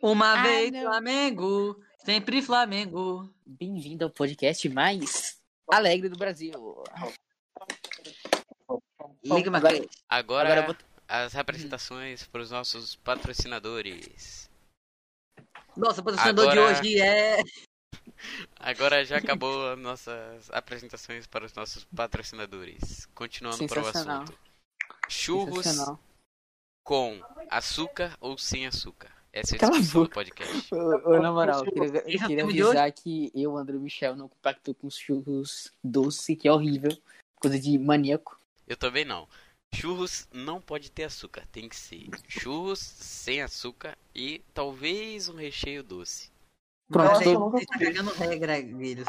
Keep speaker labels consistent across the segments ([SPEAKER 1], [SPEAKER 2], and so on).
[SPEAKER 1] Uma
[SPEAKER 2] Ah,
[SPEAKER 1] vez
[SPEAKER 2] não.
[SPEAKER 1] Flamengo, sempre Flamengo.
[SPEAKER 3] Bem-vindo ao podcast mais alegre do Brasil.
[SPEAKER 1] Liga
[SPEAKER 3] Agora-
[SPEAKER 1] Magalhães.
[SPEAKER 4] Agora,
[SPEAKER 3] Agora eu vou-
[SPEAKER 4] as apresentações para os nossos patrocinadores.
[SPEAKER 1] Nossa, o patrocinador
[SPEAKER 4] Agora-
[SPEAKER 1] de hoje é.
[SPEAKER 4] Agora já acabou as nossas apresentações para os nossos patrocinadores. Continuando para o
[SPEAKER 3] Sensacional.
[SPEAKER 4] assunto. Churros
[SPEAKER 3] Sensacional.
[SPEAKER 4] com açúcar ou sem açúcar? Essa é a
[SPEAKER 3] Cala a
[SPEAKER 4] discussão do podcast.
[SPEAKER 3] Ô, ô, na moral, eu queria, eu
[SPEAKER 1] Esse é o
[SPEAKER 3] queria
[SPEAKER 1] tema de hoje?
[SPEAKER 3] avisar que eu, André Michel, não compacto com os churros doce, que é horrível. Coisa de maníaco.
[SPEAKER 4] Eu também não. Churros não pode ter açúcar, tem que ser churros sem açúcar e talvez um recheio doce.
[SPEAKER 3] Pronto,
[SPEAKER 1] Nossa,
[SPEAKER 3] todo-
[SPEAKER 1] você está cagando regra, Guilhos.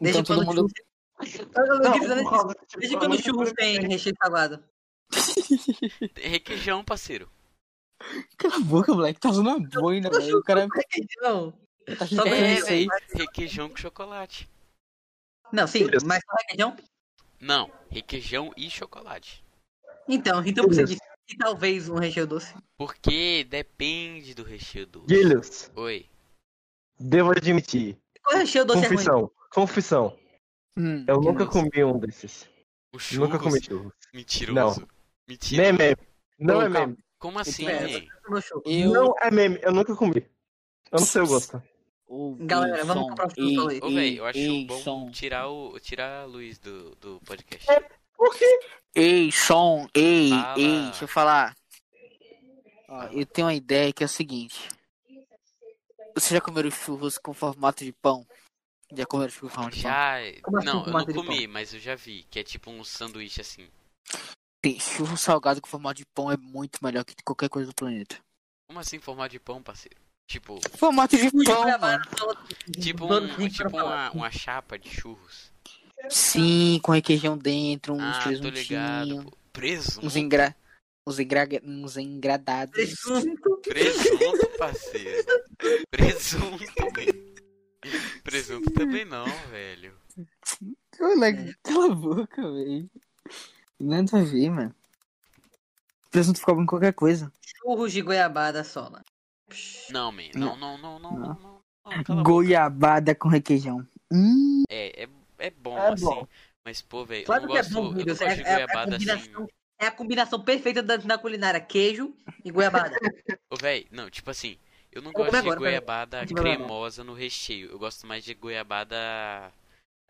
[SPEAKER 1] Deixa
[SPEAKER 3] então
[SPEAKER 1] eu falar um-
[SPEAKER 3] todo
[SPEAKER 1] do
[SPEAKER 3] mundo.
[SPEAKER 1] Desde quando o churros tem recheio salgado?
[SPEAKER 4] Tem requeijão, parceiro.
[SPEAKER 3] Cala a boca, moleque, tá zoando a boina, velho. O cara
[SPEAKER 1] Requeijão? Só
[SPEAKER 3] tá chutando
[SPEAKER 1] é,
[SPEAKER 3] isso aí.
[SPEAKER 4] Requeijão com chocolate.
[SPEAKER 1] Não, sim, mas só requeijão?
[SPEAKER 4] Não, requeijão e chocolate.
[SPEAKER 1] Então, então você disse que talvez um recheio doce.
[SPEAKER 4] Porque depende do recheio doce.
[SPEAKER 5] Guilhos,
[SPEAKER 4] Oi.
[SPEAKER 5] devo admitir.
[SPEAKER 1] Qual recheio doce é ruim?
[SPEAKER 5] Confissão, confissão.
[SPEAKER 3] Hum,
[SPEAKER 5] Eu
[SPEAKER 3] que
[SPEAKER 5] nunca
[SPEAKER 3] nojo.
[SPEAKER 5] comi um desses.
[SPEAKER 4] O churros.
[SPEAKER 5] Nunca comi churros.
[SPEAKER 4] Mentiroso.
[SPEAKER 5] Nem é
[SPEAKER 4] Mentiroso.
[SPEAKER 5] meme. Não
[SPEAKER 3] Ô,
[SPEAKER 5] é
[SPEAKER 3] calma.
[SPEAKER 5] meme.
[SPEAKER 4] Como assim,
[SPEAKER 1] É.
[SPEAKER 4] hein?
[SPEAKER 1] No churro.
[SPEAKER 3] Eu.
[SPEAKER 5] Não é meme. Eu nunca comi. Eu não sei o gosto.
[SPEAKER 3] Ô,
[SPEAKER 1] Galera,
[SPEAKER 3] ei,
[SPEAKER 1] vamos
[SPEAKER 3] som,
[SPEAKER 1] pro próximo
[SPEAKER 3] ei,
[SPEAKER 1] som aí.
[SPEAKER 4] Ô, véi, eu
[SPEAKER 3] ei,
[SPEAKER 4] acho um bom
[SPEAKER 3] som.
[SPEAKER 4] tirar, o, tirar a luz do, do podcast.
[SPEAKER 1] É,
[SPEAKER 5] Por quê?
[SPEAKER 3] Ei, som, ei,
[SPEAKER 4] Fala.
[SPEAKER 3] ei, deixa eu falar. Ó, eu tenho uma ideia que é o seguinte. Você já comeu churros com formato de pão? Já comeu churros com formato de pão?
[SPEAKER 4] Já. é-
[SPEAKER 1] Como assim,
[SPEAKER 4] Não,
[SPEAKER 1] com
[SPEAKER 4] eu não
[SPEAKER 1] massa de
[SPEAKER 4] comi, mas eu já vi. Que é tipo um sanduíche assim.
[SPEAKER 3] Tem churro salgado com formato de pão é muito melhor que qualquer coisa do planeta.
[SPEAKER 4] Como assim formato de pão, parceiro? Tipo,
[SPEAKER 3] Formato de
[SPEAKER 1] Fui
[SPEAKER 3] pão,
[SPEAKER 1] gravar
[SPEAKER 3] mano.
[SPEAKER 1] na aula-
[SPEAKER 4] tipo,
[SPEAKER 1] Mano,
[SPEAKER 4] um,
[SPEAKER 1] fui
[SPEAKER 4] tipo
[SPEAKER 1] pra falar.
[SPEAKER 4] uma, uma chapa de churros.
[SPEAKER 3] Sim, com requeijão dentro, uns
[SPEAKER 4] Ah, tô ligado.
[SPEAKER 3] presuntinhos,
[SPEAKER 4] Pô. Preso,
[SPEAKER 3] uns, engra... uns, engra... uns engradados.
[SPEAKER 1] Presunto.
[SPEAKER 4] Presunto, parceiro. Presunto, velho. Presunto também não, velho.
[SPEAKER 3] Moleque, cala a boca, velho. é Nada a ver, mano. Presunto fica bom em qualquer coisa.
[SPEAKER 1] Churros de goiabada né? sola.
[SPEAKER 4] Não, man. Não, não, não, não, não. não, não, cala a boca.
[SPEAKER 3] Goiabada com requeijão. Hum,
[SPEAKER 4] É, é, é bom,
[SPEAKER 5] É
[SPEAKER 4] assim.
[SPEAKER 5] bom.
[SPEAKER 4] Mas, pô, velho, eu
[SPEAKER 1] Claro
[SPEAKER 4] não
[SPEAKER 1] que é
[SPEAKER 4] gosto,
[SPEAKER 1] bom,
[SPEAKER 4] eu não
[SPEAKER 1] Guilherme.
[SPEAKER 4] gosto de
[SPEAKER 1] É, é, é a
[SPEAKER 4] goiabada assim.
[SPEAKER 1] combinação, é a combinação perfeita da, da culinária. Queijo e goiabada.
[SPEAKER 4] Ô, velho, não, tipo assim, eu não
[SPEAKER 1] Vou
[SPEAKER 4] gosto
[SPEAKER 1] comer
[SPEAKER 4] de
[SPEAKER 1] agora, peraí.
[SPEAKER 4] goiabada
[SPEAKER 1] Deixa eu comer
[SPEAKER 4] cremosa no recheio. Eu gosto mais de goiabada.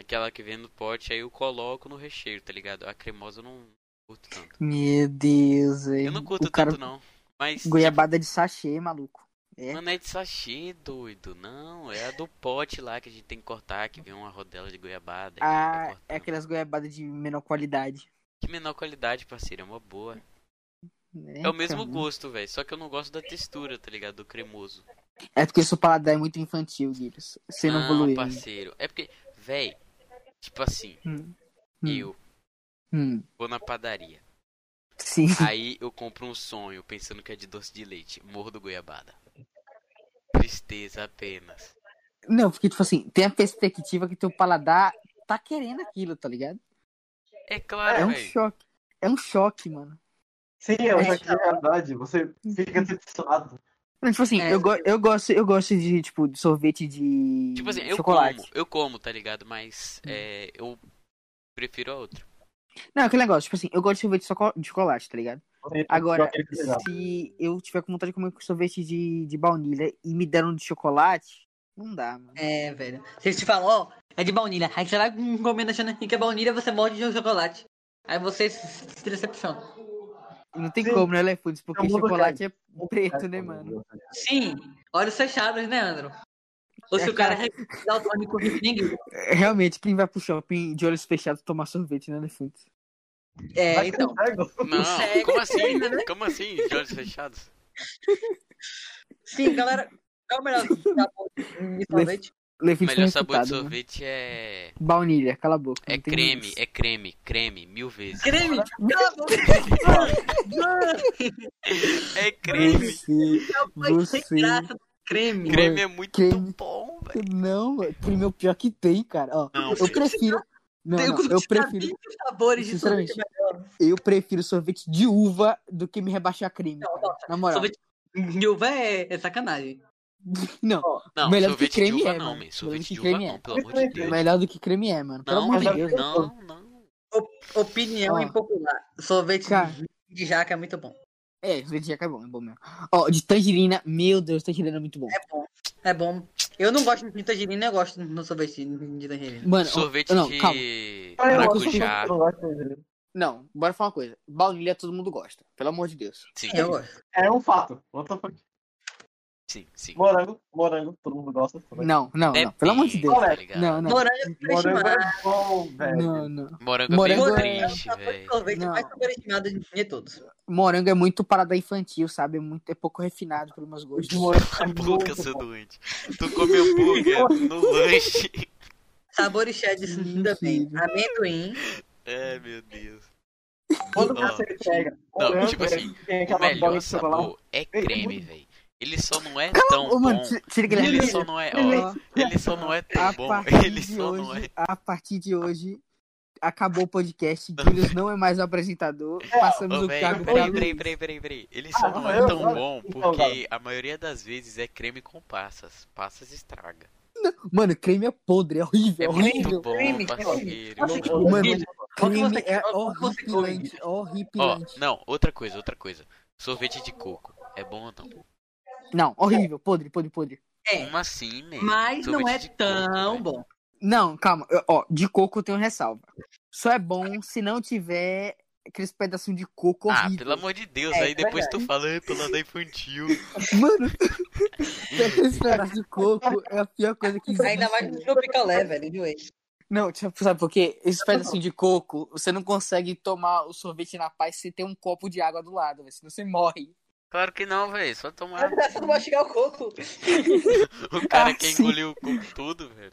[SPEAKER 4] Aquela que vem no pote, aí eu coloco no recheio, tá ligado? A cremosa eu não curto tanto.
[SPEAKER 3] meu Deus, velho.
[SPEAKER 4] Eu não curto
[SPEAKER 3] o cara...
[SPEAKER 4] tanto, não. Mas. tipo,
[SPEAKER 3] Goiabada de sachê, maluco. É.
[SPEAKER 4] Mano, é de sachê, doido. Não, é a do pote lá que a gente tem que cortar, que vem uma rodela de goiabada. e vai
[SPEAKER 3] Ah,
[SPEAKER 4] cortando.
[SPEAKER 3] é aquelas goiabadas de menor qualidade.
[SPEAKER 4] Que menor qualidade, parceiro, é uma boa.
[SPEAKER 3] né,
[SPEAKER 4] É o mesmo
[SPEAKER 3] cara?
[SPEAKER 4] gosto, velho, só que eu não gosto da textura, tá ligado? Do cremoso.
[SPEAKER 3] É porque seu paladar é muito infantil, Guilherme. Você
[SPEAKER 4] Ah,
[SPEAKER 3] não, evoluiu. né?
[SPEAKER 4] parceiro. É porque, véi, tipo assim,
[SPEAKER 3] Hum,
[SPEAKER 4] eu
[SPEAKER 3] hum,
[SPEAKER 4] vou na padaria.
[SPEAKER 3] sim.
[SPEAKER 4] Aí eu compro um sonho pensando que é de doce de leite. Morro do goiabada. Tristeza apenas.
[SPEAKER 3] Não, porque, tipo assim, tem a perspectiva que teu paladar tá querendo aquilo, tá ligado?
[SPEAKER 4] É
[SPEAKER 3] É
[SPEAKER 4] claro,
[SPEAKER 3] um
[SPEAKER 4] véi.
[SPEAKER 3] choque. É um choque, mano.
[SPEAKER 5] Sim, é
[SPEAKER 1] É,
[SPEAKER 5] uma verdade. Você fica decepcionado.
[SPEAKER 3] Não, tipo assim,
[SPEAKER 1] É.
[SPEAKER 3] eu, go- eu, gosto, eu gosto de, tipo, de sorvete de
[SPEAKER 4] Tipo assim, eu
[SPEAKER 3] chocolate.
[SPEAKER 4] como, eu como, tá ligado? Mas é, eu prefiro a outra.
[SPEAKER 3] Não, aquele negócio, tipo assim, eu gosto de sorvete de choco- de chocolate, tá ligado?
[SPEAKER 5] Você-
[SPEAKER 3] Agora,
[SPEAKER 5] aquele que é
[SPEAKER 3] se eu tiver com vontade de comer sorvete de, de baunilha e me deram de chocolate, não dá, mano.
[SPEAKER 1] É, velho. Se eles te falam, ó, é de baunilha. Aí você vai hum, comendo achando que é baunilha, você morde de um chocolate. Aí você se se decepciona.
[SPEAKER 3] Não tem
[SPEAKER 5] Sim.
[SPEAKER 3] como, né, Lefudes? Porque
[SPEAKER 5] É um bom
[SPEAKER 3] chocolate é preto,
[SPEAKER 5] legal.
[SPEAKER 3] né, mano?
[SPEAKER 1] Sim, olhos fechados, né, Andro? Ou se o cara é daltônico de pingue.
[SPEAKER 3] É, Realmente, quem vai pro shopping de olhos fechados tomar sorvete, né, Lefudes?
[SPEAKER 1] É,
[SPEAKER 5] Vai que
[SPEAKER 1] então.
[SPEAKER 5] eu pego.
[SPEAKER 4] Não,
[SPEAKER 1] Sério?
[SPEAKER 4] como assim?
[SPEAKER 3] Né?
[SPEAKER 4] Como assim? De olhos fechados?
[SPEAKER 1] Sim, galera. Qual é o melhor sabor de sorvete?
[SPEAKER 4] O
[SPEAKER 3] Lefudes foi
[SPEAKER 4] melhor sabor de
[SPEAKER 3] refutado, mano.
[SPEAKER 4] sorvete é.
[SPEAKER 3] Baunilha, cala a boca. né?
[SPEAKER 4] É
[SPEAKER 3] não tem
[SPEAKER 4] creme,
[SPEAKER 3] isso.
[SPEAKER 4] é creme, creme, mil vezes.
[SPEAKER 1] Creme! Cala a boca!
[SPEAKER 4] É creme! é
[SPEAKER 3] Você,
[SPEAKER 1] Mano, sem
[SPEAKER 3] Você-
[SPEAKER 1] graça. Creme.
[SPEAKER 4] Creme é muito
[SPEAKER 3] creme.
[SPEAKER 4] bom, velho.
[SPEAKER 3] não, mano, creme é o pior que tem, cara. Ó,
[SPEAKER 4] Não,
[SPEAKER 3] eu
[SPEAKER 4] velho.
[SPEAKER 3] prefiro. Não,
[SPEAKER 1] Tem
[SPEAKER 4] um
[SPEAKER 3] não,
[SPEAKER 1] uns
[SPEAKER 3] eu prefiro.
[SPEAKER 1] sabinhos, sabores de sorvete.
[SPEAKER 3] Sinceramente. Eu prefiro sorvete de uva do que me rebaixar creme.
[SPEAKER 1] Não,
[SPEAKER 3] cara. Na moral.
[SPEAKER 1] Sorvete de uva é, é sacanagem.
[SPEAKER 3] Não,
[SPEAKER 4] Não,
[SPEAKER 3] Melhor do que
[SPEAKER 4] sorvete
[SPEAKER 3] creme
[SPEAKER 4] de uva
[SPEAKER 3] é,
[SPEAKER 4] não,
[SPEAKER 3] mano.
[SPEAKER 4] man.
[SPEAKER 3] Melhor do
[SPEAKER 4] Sorvete
[SPEAKER 3] que
[SPEAKER 4] de uva
[SPEAKER 3] creme
[SPEAKER 4] não,
[SPEAKER 3] é.
[SPEAKER 4] pelo amor de
[SPEAKER 5] Perfeito.
[SPEAKER 4] Deus.
[SPEAKER 3] melhor do que creme é, mano. Pelo
[SPEAKER 4] Não,
[SPEAKER 3] amor de
[SPEAKER 5] mas-
[SPEAKER 3] Deus.
[SPEAKER 4] Não, não.
[SPEAKER 1] Opinião
[SPEAKER 3] Ó.
[SPEAKER 1] impopular. Sorvete
[SPEAKER 3] Cara.
[SPEAKER 1] de jaca é muito bom.
[SPEAKER 3] É, sorvete de jaca é bom, é bom mesmo. Ó, de tangerina, meu Deus, tangerina é muito bom.
[SPEAKER 1] É bom. Eu não gosto de tangerina, eu gosto no sorvete de tangerina.
[SPEAKER 3] Mano, ó,
[SPEAKER 4] Sorvete
[SPEAKER 3] não,
[SPEAKER 4] de
[SPEAKER 3] calma.
[SPEAKER 5] Ah, eu gosto
[SPEAKER 4] maracujá.
[SPEAKER 5] de- eu gosto dele.
[SPEAKER 3] não, bora falar uma coisa. Baunilha todo mundo gosta, pelo amor de Deus.
[SPEAKER 4] Sim,
[SPEAKER 1] Eu gosto.
[SPEAKER 5] É um fato. What the fuck?
[SPEAKER 4] sim, sim. É
[SPEAKER 5] Morango, morango, todo mundo gosta. também.
[SPEAKER 3] Não, não, não, pelo amor de Deus.
[SPEAKER 5] Depende.
[SPEAKER 4] tá ligado?
[SPEAKER 3] Não, não,
[SPEAKER 1] Morango é
[SPEAKER 5] Morango
[SPEAKER 1] superestimado.
[SPEAKER 5] é bom, velho.
[SPEAKER 3] não, não.
[SPEAKER 4] Morango,
[SPEAKER 3] Morango
[SPEAKER 4] é
[SPEAKER 1] é-
[SPEAKER 4] bem triste, velho.
[SPEAKER 1] Sorvete
[SPEAKER 3] Não.
[SPEAKER 1] mais superestimado de- de todos.
[SPEAKER 3] Morango é muito parada infantil, sabe? É, muito, é pouco refinado pelos meus
[SPEAKER 5] O de
[SPEAKER 3] gostos.
[SPEAKER 4] A
[SPEAKER 5] morango é
[SPEAKER 4] boca,
[SPEAKER 5] muito
[SPEAKER 4] seu
[SPEAKER 5] bom.
[SPEAKER 4] doente. Tu come hambúrguer no lanche.
[SPEAKER 1] Sabores cheddar também.
[SPEAKER 3] Mentira.
[SPEAKER 1] Amendoim.
[SPEAKER 4] É, meu Deus.
[SPEAKER 5] Quando
[SPEAKER 4] Ó,
[SPEAKER 5] você pega
[SPEAKER 4] Então, não,
[SPEAKER 5] morango,
[SPEAKER 4] tipo assim,
[SPEAKER 5] tem
[SPEAKER 4] O
[SPEAKER 5] aquela bola
[SPEAKER 4] melhor
[SPEAKER 5] de chocolate.
[SPEAKER 4] sabor é
[SPEAKER 5] Ei,
[SPEAKER 4] creme,
[SPEAKER 5] muito-
[SPEAKER 4] velho. Ele só não é
[SPEAKER 3] Cala-
[SPEAKER 4] tão
[SPEAKER 3] Ô, mano,
[SPEAKER 4] bom.
[SPEAKER 3] tira- tira que
[SPEAKER 4] Ele
[SPEAKER 3] ele
[SPEAKER 4] só não é, ó, ele só não é tão
[SPEAKER 3] A
[SPEAKER 4] bom.
[SPEAKER 3] partir
[SPEAKER 4] Ele
[SPEAKER 3] de
[SPEAKER 4] só não
[SPEAKER 3] hoje,
[SPEAKER 4] é.
[SPEAKER 3] a partir de hoje, acabou o podcast. Guilherme não é mais o apresentador. Passamos
[SPEAKER 4] Ô,
[SPEAKER 3] o
[SPEAKER 4] velho,
[SPEAKER 3] cargo
[SPEAKER 4] peraí,
[SPEAKER 3] para
[SPEAKER 4] peraí,
[SPEAKER 3] Luiz.
[SPEAKER 4] peraí, peraí, peraí. Ele só
[SPEAKER 5] Ah,
[SPEAKER 4] não
[SPEAKER 5] não,
[SPEAKER 4] é
[SPEAKER 5] eu-
[SPEAKER 4] tão
[SPEAKER 5] eu-
[SPEAKER 4] bom
[SPEAKER 5] então,
[SPEAKER 4] porque
[SPEAKER 5] vai.
[SPEAKER 4] a maioria das vezes é creme com passas. Passas estraga.
[SPEAKER 3] Mano, creme é podre, é horrível,
[SPEAKER 4] É
[SPEAKER 3] é
[SPEAKER 4] muito
[SPEAKER 3] horrível.
[SPEAKER 4] bom,
[SPEAKER 1] creme,
[SPEAKER 4] parceiro.
[SPEAKER 1] creme.
[SPEAKER 4] Muito
[SPEAKER 5] Mano,
[SPEAKER 3] Mano,
[SPEAKER 1] Qual que
[SPEAKER 3] creme
[SPEAKER 1] você-
[SPEAKER 3] é
[SPEAKER 1] qual que você come?
[SPEAKER 3] horripilante, é
[SPEAKER 4] Ó,
[SPEAKER 3] horripilante.
[SPEAKER 4] não, outra coisa, outra coisa. Sorvete de coco. É bom ou não?
[SPEAKER 3] Não, horrível, podre, podre, podre.
[SPEAKER 1] É.
[SPEAKER 4] Como assim, né?
[SPEAKER 1] Mas não é
[SPEAKER 4] Sorvete de coco, né?
[SPEAKER 1] tão
[SPEAKER 4] velho.
[SPEAKER 1] bom.
[SPEAKER 3] Não, calma, eu- ó, de coco eu tenho ressalva. Só é bom se não tiver aqueles pedacinhos de coco
[SPEAKER 4] Ah,
[SPEAKER 3] horrível.
[SPEAKER 4] pelo amor de Deus,
[SPEAKER 1] É,
[SPEAKER 4] aí depois tu fala, "Ai, pelo lado infantil.
[SPEAKER 3] Mano, aqueles pedaços de coco é a pior coisa que existe.
[SPEAKER 1] Ainda mais no Tropicalé, velho, de hoje.
[SPEAKER 3] Não, tipo, sabe por quê? Esse pedacinho de coco, você não consegue tomar o sorvete na paz se tem um copo de água do lado, velho, senão você morre.
[SPEAKER 4] Claro que não, velho. Só tomar.
[SPEAKER 1] Você não vai chegar ao coco.
[SPEAKER 4] O cara
[SPEAKER 3] Ah,
[SPEAKER 4] quer
[SPEAKER 3] sim.
[SPEAKER 4] engolir o cu tudo, velho.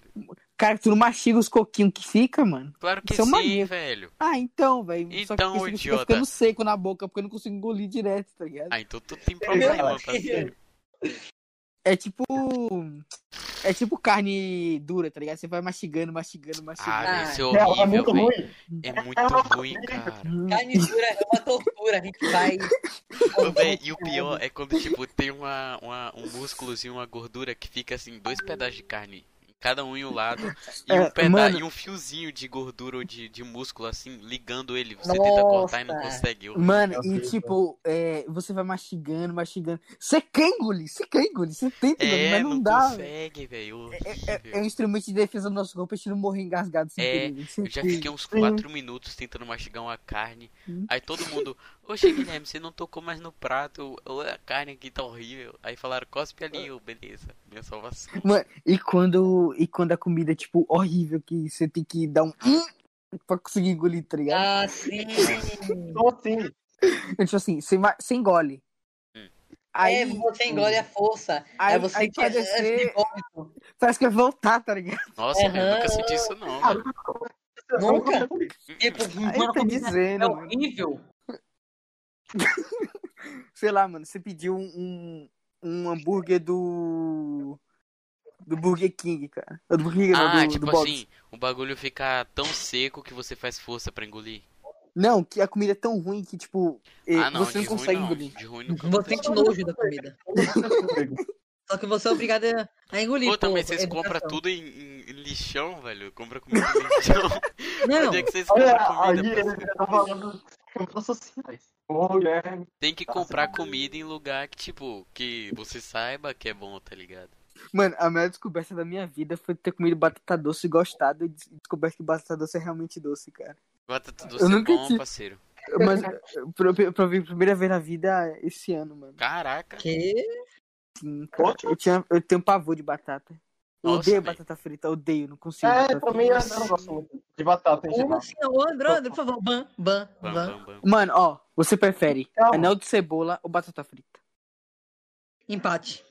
[SPEAKER 3] Cara, tu não mastiga os coquinhos que fica, mano.
[SPEAKER 4] Claro que
[SPEAKER 3] Isso é um
[SPEAKER 4] sim,
[SPEAKER 3] maníaco.
[SPEAKER 4] velho.
[SPEAKER 3] Ah, então, velho. Só que
[SPEAKER 4] Então,
[SPEAKER 3] isso fica
[SPEAKER 4] idiota.
[SPEAKER 3] ficando seco na boca, porque eu não consigo engolir direto, tá ligado?
[SPEAKER 4] Ah, então tu tem problema,
[SPEAKER 1] Deus.
[SPEAKER 4] parceiro.
[SPEAKER 3] É tipo. É tipo carne dura, tá ligado? Você vai mastigando, mastigando, mastigando.
[SPEAKER 4] Ah,
[SPEAKER 1] Ah,
[SPEAKER 4] isso é
[SPEAKER 5] É, é
[SPEAKER 4] horrível,
[SPEAKER 5] muito
[SPEAKER 4] velho.
[SPEAKER 5] ruim.
[SPEAKER 4] É muito ruim, cara.
[SPEAKER 3] Hum.
[SPEAKER 1] Carne dura é uma tortura. A gente vai.
[SPEAKER 4] Ô, véi, e o pior é quando, tipo, tem uma, uma- um músculozinho, uma gordura que fica assim, dois pedaços de carne. Cada um em um lado. E um,
[SPEAKER 3] É,
[SPEAKER 4] peda
[SPEAKER 3] mano.
[SPEAKER 4] e um fiozinho de gordura ou de, de músculo, assim, ligando ele. Você tenta
[SPEAKER 1] Nossa.
[SPEAKER 4] cortar e não consegue. Eu-
[SPEAKER 3] Mano,
[SPEAKER 5] Nossa,
[SPEAKER 3] e
[SPEAKER 5] isso.
[SPEAKER 3] tipo, é, você vai mastigando, mastigando. Você quer engolir, você quer engolir, você tenta engolir,
[SPEAKER 4] É,
[SPEAKER 3] mas não,
[SPEAKER 4] não
[SPEAKER 3] dá. velho.
[SPEAKER 4] consegue, velho.
[SPEAKER 3] É, é- é
[SPEAKER 4] Horrível.
[SPEAKER 3] um instrumento de defesa do nosso corpo pra gente não morrer engasgado sem
[SPEAKER 4] É,
[SPEAKER 3] querer, velho. Você
[SPEAKER 4] Eu já
[SPEAKER 3] tem-
[SPEAKER 4] fiquei uns 4 minutos tentando mastigar uma carne.
[SPEAKER 3] Hum.
[SPEAKER 4] Aí todo mundo, oxe Guilherme, você não tocou mais no prato. Ou a carne aqui tá horrível. Aí falaram, cospe ali, eu, beleza, minha salvação.
[SPEAKER 3] Mano, e quando, e quando a comida é, tipo, horrível, que você tem que dar um. pra conseguir engolir, tá ligado?
[SPEAKER 1] Ah, sim.
[SPEAKER 5] Então, assim,
[SPEAKER 3] É Tipo assim, você, ma- você engole.
[SPEAKER 4] Hum.
[SPEAKER 3] Aí,
[SPEAKER 1] é, você engole a força.
[SPEAKER 3] aí,
[SPEAKER 1] é você
[SPEAKER 3] aí
[SPEAKER 1] que
[SPEAKER 3] pra
[SPEAKER 1] é-
[SPEAKER 3] descer,
[SPEAKER 1] é-
[SPEAKER 3] parece que vai voltar, tá ligado?
[SPEAKER 4] Nossa, velho, eu
[SPEAKER 1] Aham.
[SPEAKER 4] nunca senti isso não,
[SPEAKER 5] Ah,
[SPEAKER 4] velho.
[SPEAKER 1] Nunca?
[SPEAKER 5] Não,
[SPEAKER 1] Tipo,
[SPEAKER 3] Aí
[SPEAKER 1] quando
[SPEAKER 3] tá
[SPEAKER 1] começa-
[SPEAKER 3] dizendo,
[SPEAKER 1] é
[SPEAKER 3] mano.
[SPEAKER 1] horrível.
[SPEAKER 3] sei lá, mano, você pediu um, um, um hambúrguer do. Do Burger King, cara. Do Burger King, não,
[SPEAKER 4] Ah,
[SPEAKER 3] do,
[SPEAKER 4] tipo
[SPEAKER 3] do Bob's.
[SPEAKER 4] assim, o bagulho fica tão seco que você faz força pra engolir.
[SPEAKER 3] Não, que a comida é tão ruim que, tipo, eh,
[SPEAKER 4] Ah, não,
[SPEAKER 3] você não
[SPEAKER 4] de ruim
[SPEAKER 3] consegue
[SPEAKER 4] não.
[SPEAKER 3] engolir.
[SPEAKER 4] De ruim nunca
[SPEAKER 1] Você sente nojo da comida. Só que você é obrigado a engolir.
[SPEAKER 4] Pô, também
[SPEAKER 1] pô, é
[SPEAKER 4] vocês
[SPEAKER 1] educação.
[SPEAKER 4] compram tudo em, em- em lixão, velho. Compra comida em lixão.
[SPEAKER 1] Não,
[SPEAKER 4] Onde é que vocês
[SPEAKER 5] Olha,
[SPEAKER 4] compram
[SPEAKER 5] aí
[SPEAKER 4] comida?
[SPEAKER 5] ele
[SPEAKER 4] parceiro?
[SPEAKER 5] tá falando que eu sociais. Ô, Guilherme.
[SPEAKER 4] Tem que comprar comida em lugar que, tipo, que você saiba que é bom, tá ligado?
[SPEAKER 3] Mano, a melhor descoberta da minha vida foi ter comido batata doce e gostado e des- descoberto que batata doce é realmente doce, cara.
[SPEAKER 4] Batata doce
[SPEAKER 3] Eu
[SPEAKER 4] é
[SPEAKER 3] nunca
[SPEAKER 4] bom,
[SPEAKER 3] tive.
[SPEAKER 4] parceiro.
[SPEAKER 3] Mas eh, eu prove- eu provei a primeira vez na vida esse ano, mano.
[SPEAKER 4] Caraca.
[SPEAKER 1] que
[SPEAKER 3] Sim, cara.
[SPEAKER 5] Ótimo.
[SPEAKER 3] Eu, tinha, eu tenho pavor de batata. Eu
[SPEAKER 4] Nossa,
[SPEAKER 3] odeio
[SPEAKER 4] velho.
[SPEAKER 3] batata frita, odeio, não consigo.
[SPEAKER 5] É,
[SPEAKER 3] batata
[SPEAKER 5] também eu
[SPEAKER 3] frita.
[SPEAKER 5] não gosto muito de batata em
[SPEAKER 1] Como
[SPEAKER 5] geral.
[SPEAKER 1] assim? Ô, André, André, por favor. Ban, ban, ban.
[SPEAKER 4] Bam, bam, bam.
[SPEAKER 3] Mano, ó, você prefere
[SPEAKER 5] Calma.
[SPEAKER 3] anel de cebola ou batata frita?
[SPEAKER 1] Empate.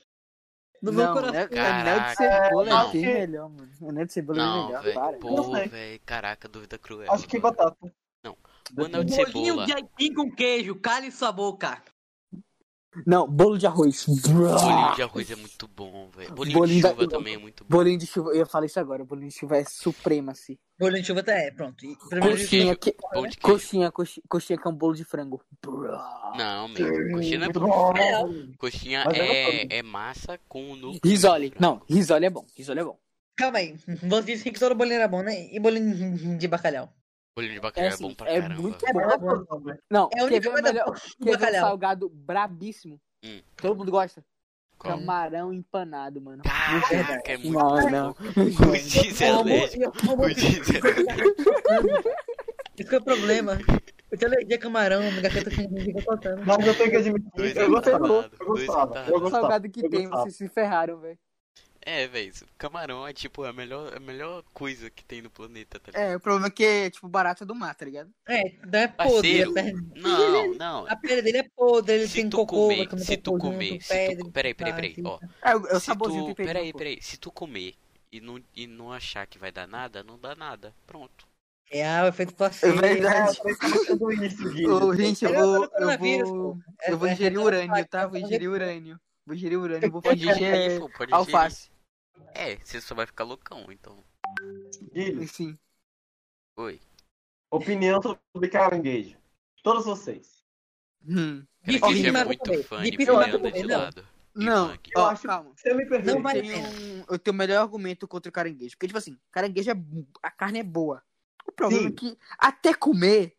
[SPEAKER 1] No meu
[SPEAKER 3] não,
[SPEAKER 1] coração.
[SPEAKER 3] anel,
[SPEAKER 4] Caraca.
[SPEAKER 3] anel de cebola
[SPEAKER 4] Não.
[SPEAKER 3] é bem melhor, mano. Anel de cebola é bem
[SPEAKER 4] Não,
[SPEAKER 3] melhor,
[SPEAKER 4] velho.
[SPEAKER 3] para.
[SPEAKER 4] Pô,
[SPEAKER 5] sei.
[SPEAKER 4] velho. Caraca, dúvida cruel.
[SPEAKER 5] Acho que
[SPEAKER 4] mano.
[SPEAKER 5] batata.
[SPEAKER 4] Não, o anel de
[SPEAKER 1] Um
[SPEAKER 4] é
[SPEAKER 1] Bolinho
[SPEAKER 4] cebola.
[SPEAKER 1] de aipim com queijo, cale sua boca.
[SPEAKER 2] Não, bolo de arroz.
[SPEAKER 4] Bolinho de arroz é muito bom, velho. Bolinho,
[SPEAKER 2] Bolinho
[SPEAKER 4] de
[SPEAKER 2] da-
[SPEAKER 4] chuva também é muito bom.
[SPEAKER 2] Bolinho de chuva, eu ia falar isso agora, bolinho de chuva é
[SPEAKER 3] assim.
[SPEAKER 2] supremacy.
[SPEAKER 1] Bolinho de chuva tá é, pronto. E primeiro de
[SPEAKER 2] Coxinha,
[SPEAKER 4] Coxinha,
[SPEAKER 2] que-
[SPEAKER 4] pão de queijo.
[SPEAKER 2] Coxinha, coxi- coxinha que é um bolo de frango.
[SPEAKER 4] Não, mesmo. Coxinha não é
[SPEAKER 5] Muito
[SPEAKER 4] bom.
[SPEAKER 5] bom. né?
[SPEAKER 4] Coxinha
[SPEAKER 5] Mas eu não
[SPEAKER 4] é, é massa com no.
[SPEAKER 2] Risole. Não, risole é bom, risole é bom.
[SPEAKER 1] Calma aí. Você disse que todo bolinho era bom, né? E bolinho de bacalhau.
[SPEAKER 4] Bolinho de
[SPEAKER 2] É,
[SPEAKER 4] bacalhau é,
[SPEAKER 2] assim,
[SPEAKER 4] bom pra
[SPEAKER 2] é
[SPEAKER 4] caramba.
[SPEAKER 2] muito
[SPEAKER 1] É
[SPEAKER 2] bom.
[SPEAKER 1] bom, é bom.
[SPEAKER 2] Não,
[SPEAKER 1] É a
[SPEAKER 2] quer
[SPEAKER 1] única
[SPEAKER 2] ver o
[SPEAKER 1] coisa
[SPEAKER 2] melhor,
[SPEAKER 1] boa do
[SPEAKER 2] quer ver um
[SPEAKER 1] bacalhau.
[SPEAKER 2] salgado brabíssimo.
[SPEAKER 4] Hum.
[SPEAKER 2] Todo mundo gosta.
[SPEAKER 4] Qual?
[SPEAKER 2] Camarão empanado, mano.
[SPEAKER 4] Caraca, é muito
[SPEAKER 2] Não,
[SPEAKER 4] bom.
[SPEAKER 2] não.
[SPEAKER 4] O Giz é
[SPEAKER 1] Eu amo-
[SPEAKER 4] alérgico.
[SPEAKER 1] eu amo-
[SPEAKER 4] O Giz é alérgico.
[SPEAKER 1] Isso que é o problema. Eu tenho alergia a camarão, minha gata fica faltando.
[SPEAKER 5] Mas eu tenho que admitir,
[SPEAKER 4] Dois
[SPEAKER 5] eu gostei do
[SPEAKER 4] empanados,
[SPEAKER 5] outro. Eu
[SPEAKER 4] dois
[SPEAKER 5] gostava.
[SPEAKER 4] empanados.
[SPEAKER 5] Eu gostava.
[SPEAKER 2] Salgado que
[SPEAKER 5] eu
[SPEAKER 2] tem,
[SPEAKER 5] gostava.
[SPEAKER 2] vocês se ferraram, velho.
[SPEAKER 4] É, velho. Camarão é tipo a melhor, a melhor coisa que tem no planeta, tá ligado?
[SPEAKER 3] É, o problema é que é, tipo, barato é do mar, tá ligado?
[SPEAKER 1] É, não é podre.
[SPEAKER 4] Parceiro.
[SPEAKER 1] A perna,
[SPEAKER 4] Não, não.
[SPEAKER 1] a perna dele é podre, ele
[SPEAKER 4] Se
[SPEAKER 1] tem
[SPEAKER 4] tu
[SPEAKER 1] cocô, vai
[SPEAKER 4] comer,
[SPEAKER 1] comer
[SPEAKER 4] se tu
[SPEAKER 1] cocô
[SPEAKER 4] comer,
[SPEAKER 1] junto,
[SPEAKER 4] se
[SPEAKER 1] pedra.
[SPEAKER 4] tu. Peraí, peraí,
[SPEAKER 1] tá,
[SPEAKER 4] peraí.
[SPEAKER 1] assim.
[SPEAKER 4] Ó,
[SPEAKER 3] É, o- é o
[SPEAKER 4] se
[SPEAKER 3] saborzinho do
[SPEAKER 4] tu,
[SPEAKER 3] temperinho,
[SPEAKER 4] peraí,
[SPEAKER 3] pô.
[SPEAKER 4] peraí, se tu comer e não, e não achar que vai dar nada, não dá nada. Pronto.
[SPEAKER 1] É, o efeito placebo.
[SPEAKER 3] É verdade.
[SPEAKER 5] É, eu tenho tudo isso, Gui.
[SPEAKER 3] Ô, gente, eu
[SPEAKER 1] Ele
[SPEAKER 3] vou.
[SPEAKER 1] adora
[SPEAKER 3] Eu
[SPEAKER 1] coronavírus,
[SPEAKER 3] vou,
[SPEAKER 1] pô. É,
[SPEAKER 3] eu vou
[SPEAKER 1] é,
[SPEAKER 3] ingerir
[SPEAKER 1] é,
[SPEAKER 3] urânio,
[SPEAKER 1] é,
[SPEAKER 3] tá? Vou
[SPEAKER 1] é,
[SPEAKER 3] ingerir urânio. Vou ingerir urânio, vou
[SPEAKER 4] Pode
[SPEAKER 3] fingir que
[SPEAKER 4] ingerir,
[SPEAKER 3] é.
[SPEAKER 4] pô, pode
[SPEAKER 3] alface.
[SPEAKER 4] ingerir. É, você só vai ficar loucão, então.
[SPEAKER 5] Gui,
[SPEAKER 3] Sim.
[SPEAKER 4] Oi.
[SPEAKER 5] opinião sobre caranguejo. Todos vocês.
[SPEAKER 3] Hum.
[SPEAKER 4] Caranguejo
[SPEAKER 1] não
[SPEAKER 4] é
[SPEAKER 1] dá pra
[SPEAKER 4] muito
[SPEAKER 1] comer.
[SPEAKER 4] fã
[SPEAKER 1] De
[SPEAKER 4] de
[SPEAKER 1] pipi não dá pra
[SPEAKER 4] Fernanda de
[SPEAKER 1] comer, não.
[SPEAKER 4] lado. E
[SPEAKER 3] Não,
[SPEAKER 4] funk.
[SPEAKER 5] Eu
[SPEAKER 3] ó,
[SPEAKER 5] acho-
[SPEAKER 3] calma.
[SPEAKER 5] Você me permite.
[SPEAKER 1] Não vale a
[SPEAKER 3] Tem
[SPEAKER 1] pena.
[SPEAKER 3] um- eu tenho o melhor argumento contra o caranguejo. Porque, tipo assim, caranguejo é. bu- A carne é boa. O problema
[SPEAKER 5] Sim.
[SPEAKER 3] é que até comer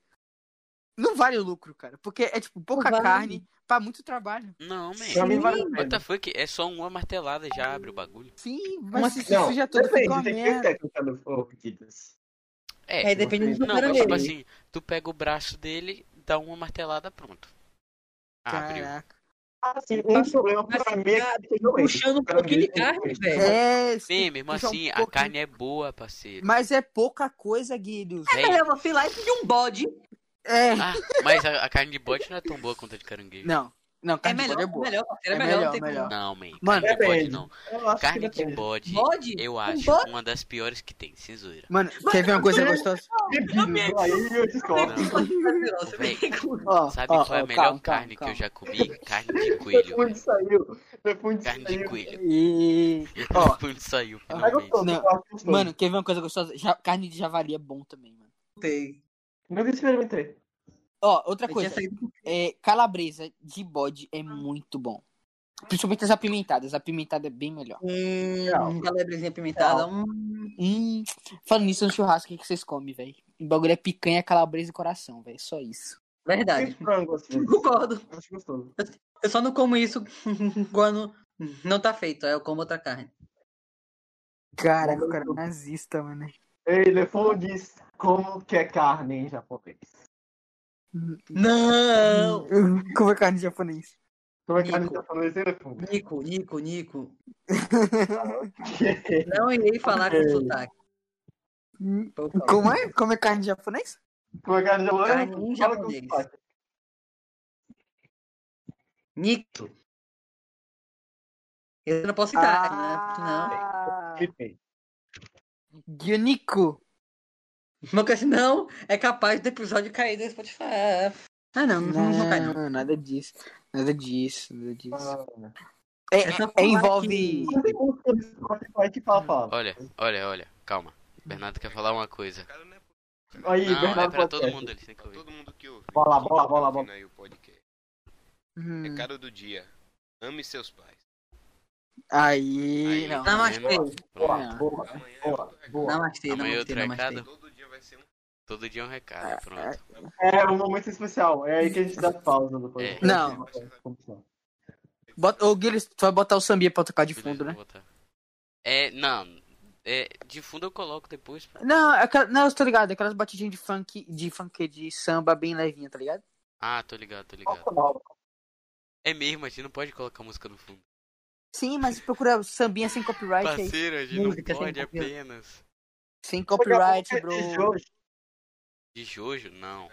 [SPEAKER 3] não vale o lucro, cara. Porque é, tipo, pouca
[SPEAKER 1] vale.
[SPEAKER 3] carne pra muito trabalho.
[SPEAKER 4] Não,
[SPEAKER 5] Pra mim
[SPEAKER 4] man.
[SPEAKER 5] vale a
[SPEAKER 4] What the
[SPEAKER 5] pena.
[SPEAKER 4] fuck? É só uma martelada e já abre o bagulho.
[SPEAKER 3] Sim,
[SPEAKER 1] Uma-
[SPEAKER 3] mas se se
[SPEAKER 5] Não,
[SPEAKER 3] suja tudo,
[SPEAKER 5] depende,
[SPEAKER 3] fica uma
[SPEAKER 5] tem que ter
[SPEAKER 3] merda.
[SPEAKER 5] técnica no oh, Guidas.
[SPEAKER 1] É,
[SPEAKER 4] É.
[SPEAKER 1] depende do
[SPEAKER 4] Não, mas
[SPEAKER 1] caranguejo.
[SPEAKER 4] tipo assim, tu pega o braço dele, dá uma martelada, pronto. Abre.
[SPEAKER 3] Caraca.
[SPEAKER 5] Assim, um problema pra mim é que não é.
[SPEAKER 1] Puxando um pouquinho de carne, velho.
[SPEAKER 3] É,
[SPEAKER 4] Sim, mesmo
[SPEAKER 3] puxar um
[SPEAKER 4] assim, a
[SPEAKER 3] pouquinho.
[SPEAKER 4] carne é boa, parceiro.
[SPEAKER 3] Mas é pouca coisa, Guilhos.
[SPEAKER 1] É melhor você ir lá e pedir um bode.
[SPEAKER 3] É.
[SPEAKER 4] Ah, mas a, a carne de bote não é tão boa quanto a de caranguejo.
[SPEAKER 3] Não. Não,
[SPEAKER 1] É
[SPEAKER 3] carne de
[SPEAKER 1] melhor,
[SPEAKER 3] bode
[SPEAKER 1] é
[SPEAKER 3] é boa.
[SPEAKER 1] melhor, parceiro, é
[SPEAKER 3] É
[SPEAKER 1] melhor.
[SPEAKER 3] melhor,
[SPEAKER 1] não tem como.
[SPEAKER 3] melhor.
[SPEAKER 4] Não, man.
[SPEAKER 3] Mano,
[SPEAKER 4] carne de bode
[SPEAKER 5] depende.
[SPEAKER 4] não.
[SPEAKER 5] Eu acho
[SPEAKER 4] Carne
[SPEAKER 5] que
[SPEAKER 4] de
[SPEAKER 5] depende.
[SPEAKER 4] bode,
[SPEAKER 1] Bode?
[SPEAKER 4] eu
[SPEAKER 1] Um
[SPEAKER 4] acho
[SPEAKER 1] bode?
[SPEAKER 4] uma das piores que tem, censura.
[SPEAKER 3] Mano, quer ver uma coisa
[SPEAKER 5] não.
[SPEAKER 3] gostosa?
[SPEAKER 5] Guidas, Aí eu discordo.
[SPEAKER 4] Não.
[SPEAKER 1] Nossa,
[SPEAKER 4] Véi,
[SPEAKER 3] Ó,
[SPEAKER 4] Sabe
[SPEAKER 3] ó,
[SPEAKER 4] qual é a
[SPEAKER 3] ó,
[SPEAKER 4] melhor
[SPEAKER 3] calma,
[SPEAKER 4] carne
[SPEAKER 3] calma,
[SPEAKER 4] que eu já comi? Carne de coelho.
[SPEAKER 5] Depois saiu. Depois
[SPEAKER 4] Carne de
[SPEAKER 5] saiu.
[SPEAKER 4] coelho.
[SPEAKER 3] E... Ó, é
[SPEAKER 4] Quando saiu,
[SPEAKER 5] Mas
[SPEAKER 4] finalmente.
[SPEAKER 5] gostoso,
[SPEAKER 3] Não.
[SPEAKER 5] eu acho gostoso.
[SPEAKER 3] mano, quer ver uma coisa gostosa? Ja- Carne de javali é bom também, mano.
[SPEAKER 1] tem.
[SPEAKER 5] Nunca experimentei.
[SPEAKER 3] Ó, outra
[SPEAKER 1] Eu tinha
[SPEAKER 3] coisa.
[SPEAKER 1] saído
[SPEAKER 3] É, calabresa de bode é muito bom. Principalmente as apimentadas. A apimentada é bem melhor.
[SPEAKER 1] com calabresinha apimentada. Hum,
[SPEAKER 3] Hum, falando nisso, no churrasco, o que que vocês comem, velho? O bagulho é picanha, calabresa e coração, velho. Só isso.
[SPEAKER 1] verdade.
[SPEAKER 5] E frango, assim.
[SPEAKER 1] Concordo.
[SPEAKER 5] Acho gostoso.
[SPEAKER 1] Eu só não como isso quando não tá feito. Aí eu como outra carne.
[SPEAKER 3] Caraca, o cara é nazista, mano.
[SPEAKER 5] Ele falou diz como que é carne em japonês.
[SPEAKER 1] Não!
[SPEAKER 3] Como é carne japonês?
[SPEAKER 5] Como é carne em
[SPEAKER 1] Nico.
[SPEAKER 5] japonês, Elefante?
[SPEAKER 1] Nico, Nico, Nico. Não irei falar com
[SPEAKER 5] Ok.
[SPEAKER 1] sotaque. Por favor.
[SPEAKER 3] Como é? Como é carne japonês?
[SPEAKER 5] Como é carne em japonês?
[SPEAKER 1] Carne em
[SPEAKER 5] Fala com
[SPEAKER 1] japonês.
[SPEAKER 5] sotaque.
[SPEAKER 1] Nico. Eu não posso citar,
[SPEAKER 3] Ah.
[SPEAKER 1] né?
[SPEAKER 5] Enfim.
[SPEAKER 3] não. Gyuniku.
[SPEAKER 1] Não. Uma coisa, não, é capaz do episódio cair do Spotify. Ah, não, não, não cai não.
[SPEAKER 3] Não, nada disso. Nada disso, nada disso.
[SPEAKER 5] Ah,
[SPEAKER 3] É,
[SPEAKER 1] É só
[SPEAKER 3] é-
[SPEAKER 1] falar
[SPEAKER 3] envolve.
[SPEAKER 5] Não tem como escolher esse Spotify que fala, fala.
[SPEAKER 4] Olha, olha, olha. Calma. Bernardo quer falar uma coisa.
[SPEAKER 5] Aí,
[SPEAKER 4] Não, é
[SPEAKER 5] Bernardo
[SPEAKER 4] pra todo
[SPEAKER 5] Podcast.
[SPEAKER 4] mundo. Eles têm que
[SPEAKER 6] Pra
[SPEAKER 4] ouvir.
[SPEAKER 6] todo mundo que ouve. Tá
[SPEAKER 5] Bola, bola, bola,
[SPEAKER 6] Ouvindo
[SPEAKER 5] bola.
[SPEAKER 6] aí o podcast.
[SPEAKER 3] Hum,
[SPEAKER 5] É
[SPEAKER 6] Recado do dia. Ame seus pais.
[SPEAKER 3] Aí,
[SPEAKER 4] Aí,
[SPEAKER 3] não.
[SPEAKER 1] Tá mais
[SPEAKER 4] vendo? Pronto.
[SPEAKER 5] Boa, boa,
[SPEAKER 6] Amanhã eu
[SPEAKER 5] boa,
[SPEAKER 6] tô aqui.
[SPEAKER 5] boa.
[SPEAKER 1] Namastê,
[SPEAKER 4] Amanhã eu
[SPEAKER 1] namastê,
[SPEAKER 4] trago
[SPEAKER 1] namastê.
[SPEAKER 4] cada-
[SPEAKER 6] Todo dia vai ser um.
[SPEAKER 4] Todo dia é um recado, pronto.
[SPEAKER 5] É um momento especial. É aí que a gente dá pausa depois.
[SPEAKER 4] É.
[SPEAKER 3] Não. Bota, ô, Guilherme, tu vai botar o sambia pra tocar de fundo,
[SPEAKER 4] Beleza,
[SPEAKER 3] né?
[SPEAKER 4] vou botar. É, não. É, de fundo eu coloco depois. pô.
[SPEAKER 3] Não, é aquela, não, eu tô ligado. é Aquelas batidinhas de funk, de funk, de samba bem levinha, tá ligado?
[SPEAKER 4] Ah, tô ligado, tô ligado. É mesmo, a gente não pode colocar música no fundo.
[SPEAKER 3] Sim, mas procura sambinha sem copyright aí.
[SPEAKER 4] Parceiro, a gente não
[SPEAKER 1] música sem
[SPEAKER 4] pode
[SPEAKER 1] copyright.
[SPEAKER 4] apenas.
[SPEAKER 3] Sem copyright, bro.
[SPEAKER 4] De Jojo, não.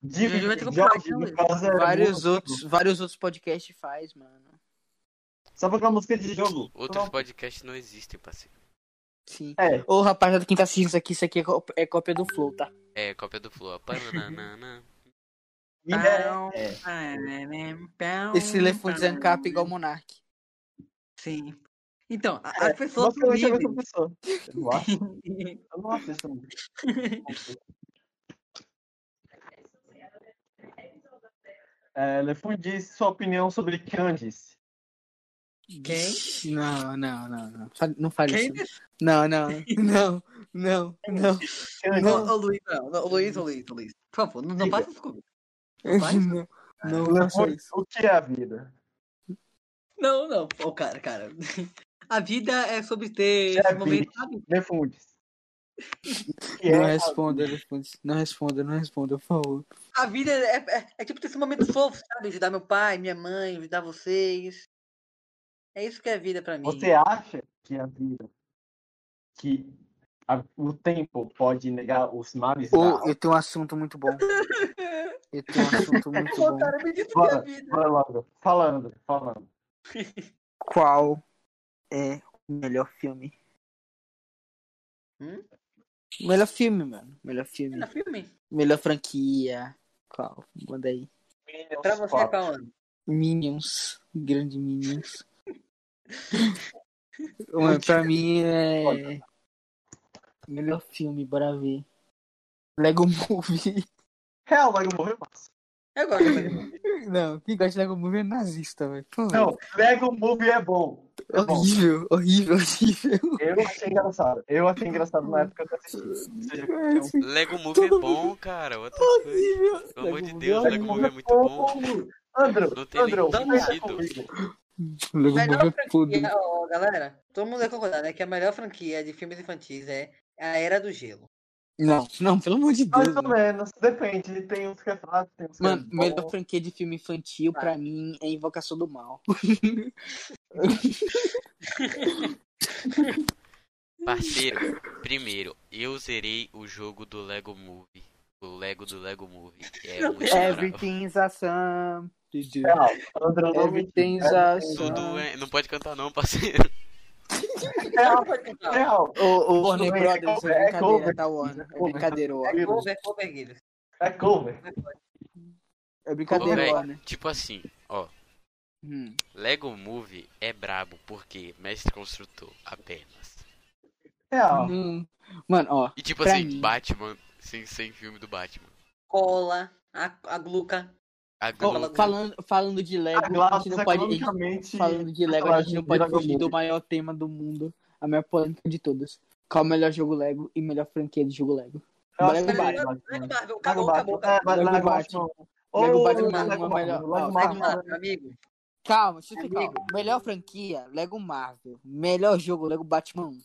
[SPEAKER 5] De
[SPEAKER 1] Jojo vai ter que
[SPEAKER 5] Jorge,
[SPEAKER 1] comprar,
[SPEAKER 5] no
[SPEAKER 3] né,
[SPEAKER 5] caso, era
[SPEAKER 3] Vários
[SPEAKER 5] muito-
[SPEAKER 3] outros, vários outros podcasts faz, mano.
[SPEAKER 5] Só pra uma música de jogo.
[SPEAKER 4] Outros
[SPEAKER 5] Não.
[SPEAKER 4] podcasts não existem, parceiro.
[SPEAKER 3] Sim.
[SPEAKER 5] É,
[SPEAKER 3] Ô, rapaziada, quem tá assistindo isso aqui, isso aqui é, có- é cópia do Flow, tá?
[SPEAKER 4] É, cópia do Flow. ó. Pananana.
[SPEAKER 5] Minério é-
[SPEAKER 1] Ah, né? Então,
[SPEAKER 3] Esse
[SPEAKER 1] tá
[SPEAKER 3] elefante zancap igual Monark.
[SPEAKER 1] Sim. Então, a- as
[SPEAKER 5] É,
[SPEAKER 1] pessoas
[SPEAKER 5] Você vai ser a
[SPEAKER 1] vivem.
[SPEAKER 5] mesma pessoa. Eu não acho. Eu não assisto muito. É, Lefundice, sua opinião sobre Candice.
[SPEAKER 1] Quem?
[SPEAKER 3] Não, não, não, não. Fa- Não fale
[SPEAKER 1] Quem?
[SPEAKER 3] isso. Não, não, não, não, não.
[SPEAKER 1] Não, ô Luiz, não, não, ô Luiz, ô Luiz, ô Luiz. Por favor, não, não
[SPEAKER 5] Diga.
[SPEAKER 1] faça isso comigo. Vai?
[SPEAKER 3] Não, não, faça isso.
[SPEAKER 5] O que é a vida?
[SPEAKER 1] Não, não. Ô, cara, cara. A vida é sobre ter
[SPEAKER 5] Já
[SPEAKER 1] esse
[SPEAKER 5] vi.
[SPEAKER 1] momento, sabe?
[SPEAKER 5] Lefundice. O que
[SPEAKER 3] Não
[SPEAKER 5] é a-
[SPEAKER 3] responda, elefante. Não responda, não responda, por favor.
[SPEAKER 1] A vida é, é- é tipo ter esse momento fofo, sabe? Ajudar meu pai, minha mãe, ajudar vocês. É isso que é vida pra mim.
[SPEAKER 5] Você acha que a vida, que a- o tempo pode negar os males da
[SPEAKER 3] Ô, eu tenho um assunto muito bom. Eu tenho um assunto muito
[SPEAKER 1] Pô,
[SPEAKER 3] bom.
[SPEAKER 1] cara, me diz o que é
[SPEAKER 5] Fala.
[SPEAKER 1] vida.
[SPEAKER 5] Fala logo. Falando, falando.
[SPEAKER 3] Qual é o melhor filme?
[SPEAKER 1] Hum?
[SPEAKER 3] Melhor filme, mano. Melhor filme.
[SPEAKER 1] Era filme?
[SPEAKER 3] Melhor franquia. Qual? Manda aí.
[SPEAKER 5] Minions
[SPEAKER 1] Pra você,
[SPEAKER 5] quatro.
[SPEAKER 1] Paulo.
[SPEAKER 3] Minions. Grande Minions. Mano, pra mim é. Melhor filme, bora ver. Lego Movie.
[SPEAKER 5] Real, Lego morreu, massa.
[SPEAKER 1] Eu gosto de
[SPEAKER 3] Não, quem gosta de Lego Movie é nazista, velho. Pô,
[SPEAKER 5] Não, Lego Movie é bom. é bom.
[SPEAKER 3] horrível, horrível, horrível.
[SPEAKER 5] Eu achei engraçado. Eu achei engraçado na época que eu assisti. Ou
[SPEAKER 3] É
[SPEAKER 5] seja, eu-
[SPEAKER 4] Lego Movie é
[SPEAKER 3] Todo
[SPEAKER 4] bom, cara. Outra coisa.
[SPEAKER 3] Horrível.
[SPEAKER 4] Pelo amor de
[SPEAKER 3] Movie
[SPEAKER 4] Deus,
[SPEAKER 3] é
[SPEAKER 4] Lego Movie é muito bom.
[SPEAKER 5] um Andro,
[SPEAKER 4] Não tem
[SPEAKER 5] Andro,
[SPEAKER 4] nem
[SPEAKER 5] fecha
[SPEAKER 4] sentido.
[SPEAKER 5] comigo.
[SPEAKER 3] Lego Movie
[SPEAKER 1] Melhor
[SPEAKER 3] é podre.
[SPEAKER 1] franquia, ó, galera. Todo mundo vai concordar, né? Que a melhor franquia de filmes infantis é A Era do Gelo.
[SPEAKER 3] Não, não, pelo amor de Deus.
[SPEAKER 5] Mais ou
[SPEAKER 3] mano.
[SPEAKER 5] menos, depende. Tem uns que é fraco, tem uns que
[SPEAKER 3] Mano,
[SPEAKER 5] é bom.
[SPEAKER 3] melhor franquia de filme infantil pra mim é Invocação do Mal.
[SPEAKER 4] Parceiro, primeiro, eu zerei o jogo do Lego Movie. O Lego do Lego Movie. É muito bravo.
[SPEAKER 3] Everything's awesome.
[SPEAKER 5] É Real, Andro, não me
[SPEAKER 3] É, Everything's
[SPEAKER 5] diga.
[SPEAKER 3] awesome.
[SPEAKER 4] Tudo é... Não pode cantar não, parceiro.
[SPEAKER 5] Real,
[SPEAKER 1] Pode contar.
[SPEAKER 5] É real.
[SPEAKER 3] Ô, ô, Warner
[SPEAKER 5] Tudo é
[SPEAKER 3] Brothers,
[SPEAKER 5] cover,
[SPEAKER 3] é
[SPEAKER 5] é
[SPEAKER 3] brincadeira,
[SPEAKER 5] cover.
[SPEAKER 3] tá, Warner?
[SPEAKER 5] É
[SPEAKER 3] É
[SPEAKER 5] cover.
[SPEAKER 3] brincadeira, Warner.
[SPEAKER 1] É cover, é cover, Guilherme.
[SPEAKER 5] É cover.
[SPEAKER 3] É
[SPEAKER 4] Ô,
[SPEAKER 3] brincadeira,
[SPEAKER 4] véi,
[SPEAKER 3] Warner.
[SPEAKER 4] tipo assim, ó.
[SPEAKER 3] Hum.
[SPEAKER 4] Lego Movie é brabo porque mestre construtor apenas.
[SPEAKER 5] é Real.
[SPEAKER 3] Hum. Mano, ó,
[SPEAKER 4] E tipo
[SPEAKER 3] Pra
[SPEAKER 4] assim,
[SPEAKER 3] mim.
[SPEAKER 4] Batman, sem, sem filme do Batman.
[SPEAKER 1] Cola, a, a Gluca.
[SPEAKER 4] A Globo.
[SPEAKER 3] falando, falando de Lego,
[SPEAKER 5] A Glass
[SPEAKER 3] a gente não pode. a gente-
[SPEAKER 5] economicamente.
[SPEAKER 3] Falando de Lego, a gente não pode fugir do maior tema do mundo, a maior polêmica de todas. Qual o melhor jogo Lego e melhor franquia de jogo Lego?
[SPEAKER 5] Eu acho
[SPEAKER 3] Lego
[SPEAKER 5] que é
[SPEAKER 3] Batman.
[SPEAKER 5] Batman.
[SPEAKER 1] Lego Marvel,
[SPEAKER 5] Lego
[SPEAKER 1] acabou, acabou.
[SPEAKER 5] Batman. É,
[SPEAKER 1] acabou.
[SPEAKER 5] mas
[SPEAKER 3] Lego
[SPEAKER 5] Lego
[SPEAKER 3] Batman.
[SPEAKER 5] Batman.
[SPEAKER 3] Lego
[SPEAKER 5] Ô,
[SPEAKER 3] Batman
[SPEAKER 5] Lego
[SPEAKER 3] é uma melhor-
[SPEAKER 5] Batman, Lego
[SPEAKER 3] Ó,
[SPEAKER 1] Lego
[SPEAKER 5] Batman.
[SPEAKER 1] Marvel, meu amigo.
[SPEAKER 3] Calma, deixa eu
[SPEAKER 1] Amigo.
[SPEAKER 3] ficar. calma. Melhor franquia, Lego Marvel. Melhor jogo, Lego Batman 1.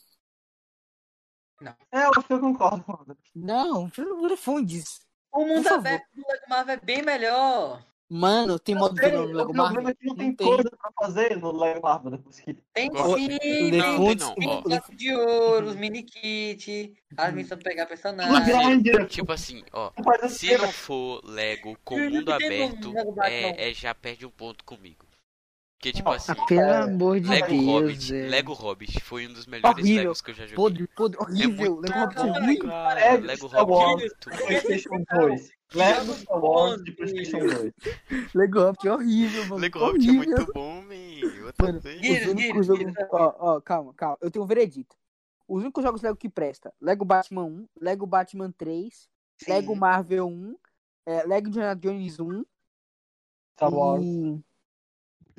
[SPEAKER 5] É, eu acho que eu concordo com o Andro.
[SPEAKER 3] Não, fundes.
[SPEAKER 1] O mundo
[SPEAKER 3] favor.
[SPEAKER 1] aberto do Lego Marvel é bem melhor.
[SPEAKER 3] Mano, tem modo de
[SPEAKER 5] Tem,
[SPEAKER 3] jogo no
[SPEAKER 5] O
[SPEAKER 3] Lego
[SPEAKER 5] problema
[SPEAKER 3] Marvel?
[SPEAKER 5] é que não
[SPEAKER 3] Não
[SPEAKER 5] tem
[SPEAKER 3] tem.
[SPEAKER 5] coisa pra fazer no Lego Marvel depois que
[SPEAKER 1] Tem
[SPEAKER 4] Ó,
[SPEAKER 1] sim, tem
[SPEAKER 4] Não, tem
[SPEAKER 3] Lefundes-
[SPEAKER 4] não,
[SPEAKER 1] tem
[SPEAKER 4] ó.
[SPEAKER 1] bloco de ouro, os mini kit, as missões pra pegar personagem.
[SPEAKER 5] Grande, Tá
[SPEAKER 4] Tipo assim, ó.
[SPEAKER 5] não faz esse
[SPEAKER 4] Se
[SPEAKER 5] tema.
[SPEAKER 4] não for Lego com
[SPEAKER 1] Eu não
[SPEAKER 4] mundo
[SPEAKER 1] entendo
[SPEAKER 4] aberto,
[SPEAKER 1] Lego Batman.
[SPEAKER 4] é, é já perde um ponto comigo. Porque, tipo
[SPEAKER 5] Não.
[SPEAKER 4] assim,
[SPEAKER 3] Ah, Pelo
[SPEAKER 5] É,
[SPEAKER 3] amor de
[SPEAKER 4] Lego
[SPEAKER 3] Deus,
[SPEAKER 4] Hobbit,
[SPEAKER 3] velho.
[SPEAKER 4] Lego Hobbit foi um dos melhores
[SPEAKER 3] Horrível.
[SPEAKER 4] Legos que eu já joguei.
[SPEAKER 3] Podre, podre,
[SPEAKER 4] é
[SPEAKER 3] horrível.
[SPEAKER 4] muito
[SPEAKER 3] Lego Hobbit é
[SPEAKER 1] Não,
[SPEAKER 3] ruim.
[SPEAKER 4] bom, cara.
[SPEAKER 5] Lego
[SPEAKER 4] Lego
[SPEAKER 5] Star Wars.
[SPEAKER 4] Hobbit é muito bom.
[SPEAKER 5] PlayStation 2. Lego Star Wars de PlayStation 2.
[SPEAKER 3] Lego Hobbit é horrível, mano.
[SPEAKER 4] Lego Hobbit é
[SPEAKER 3] horrível.
[SPEAKER 4] muito bom, man. Outra
[SPEAKER 3] Mano,
[SPEAKER 4] coisa.
[SPEAKER 1] Guilherme,
[SPEAKER 3] Os únicos jogos...
[SPEAKER 1] Guilherme.
[SPEAKER 3] Ó, ó, calma, calma. Eu tenho um veredito. Os únicos jogos Lego que presta. Lego Batman 1, Lego Batman 3,
[SPEAKER 1] Sim.
[SPEAKER 3] Lego Marvel 1, é, Lego Indiana Jones 1
[SPEAKER 5] Star Wars.
[SPEAKER 3] e...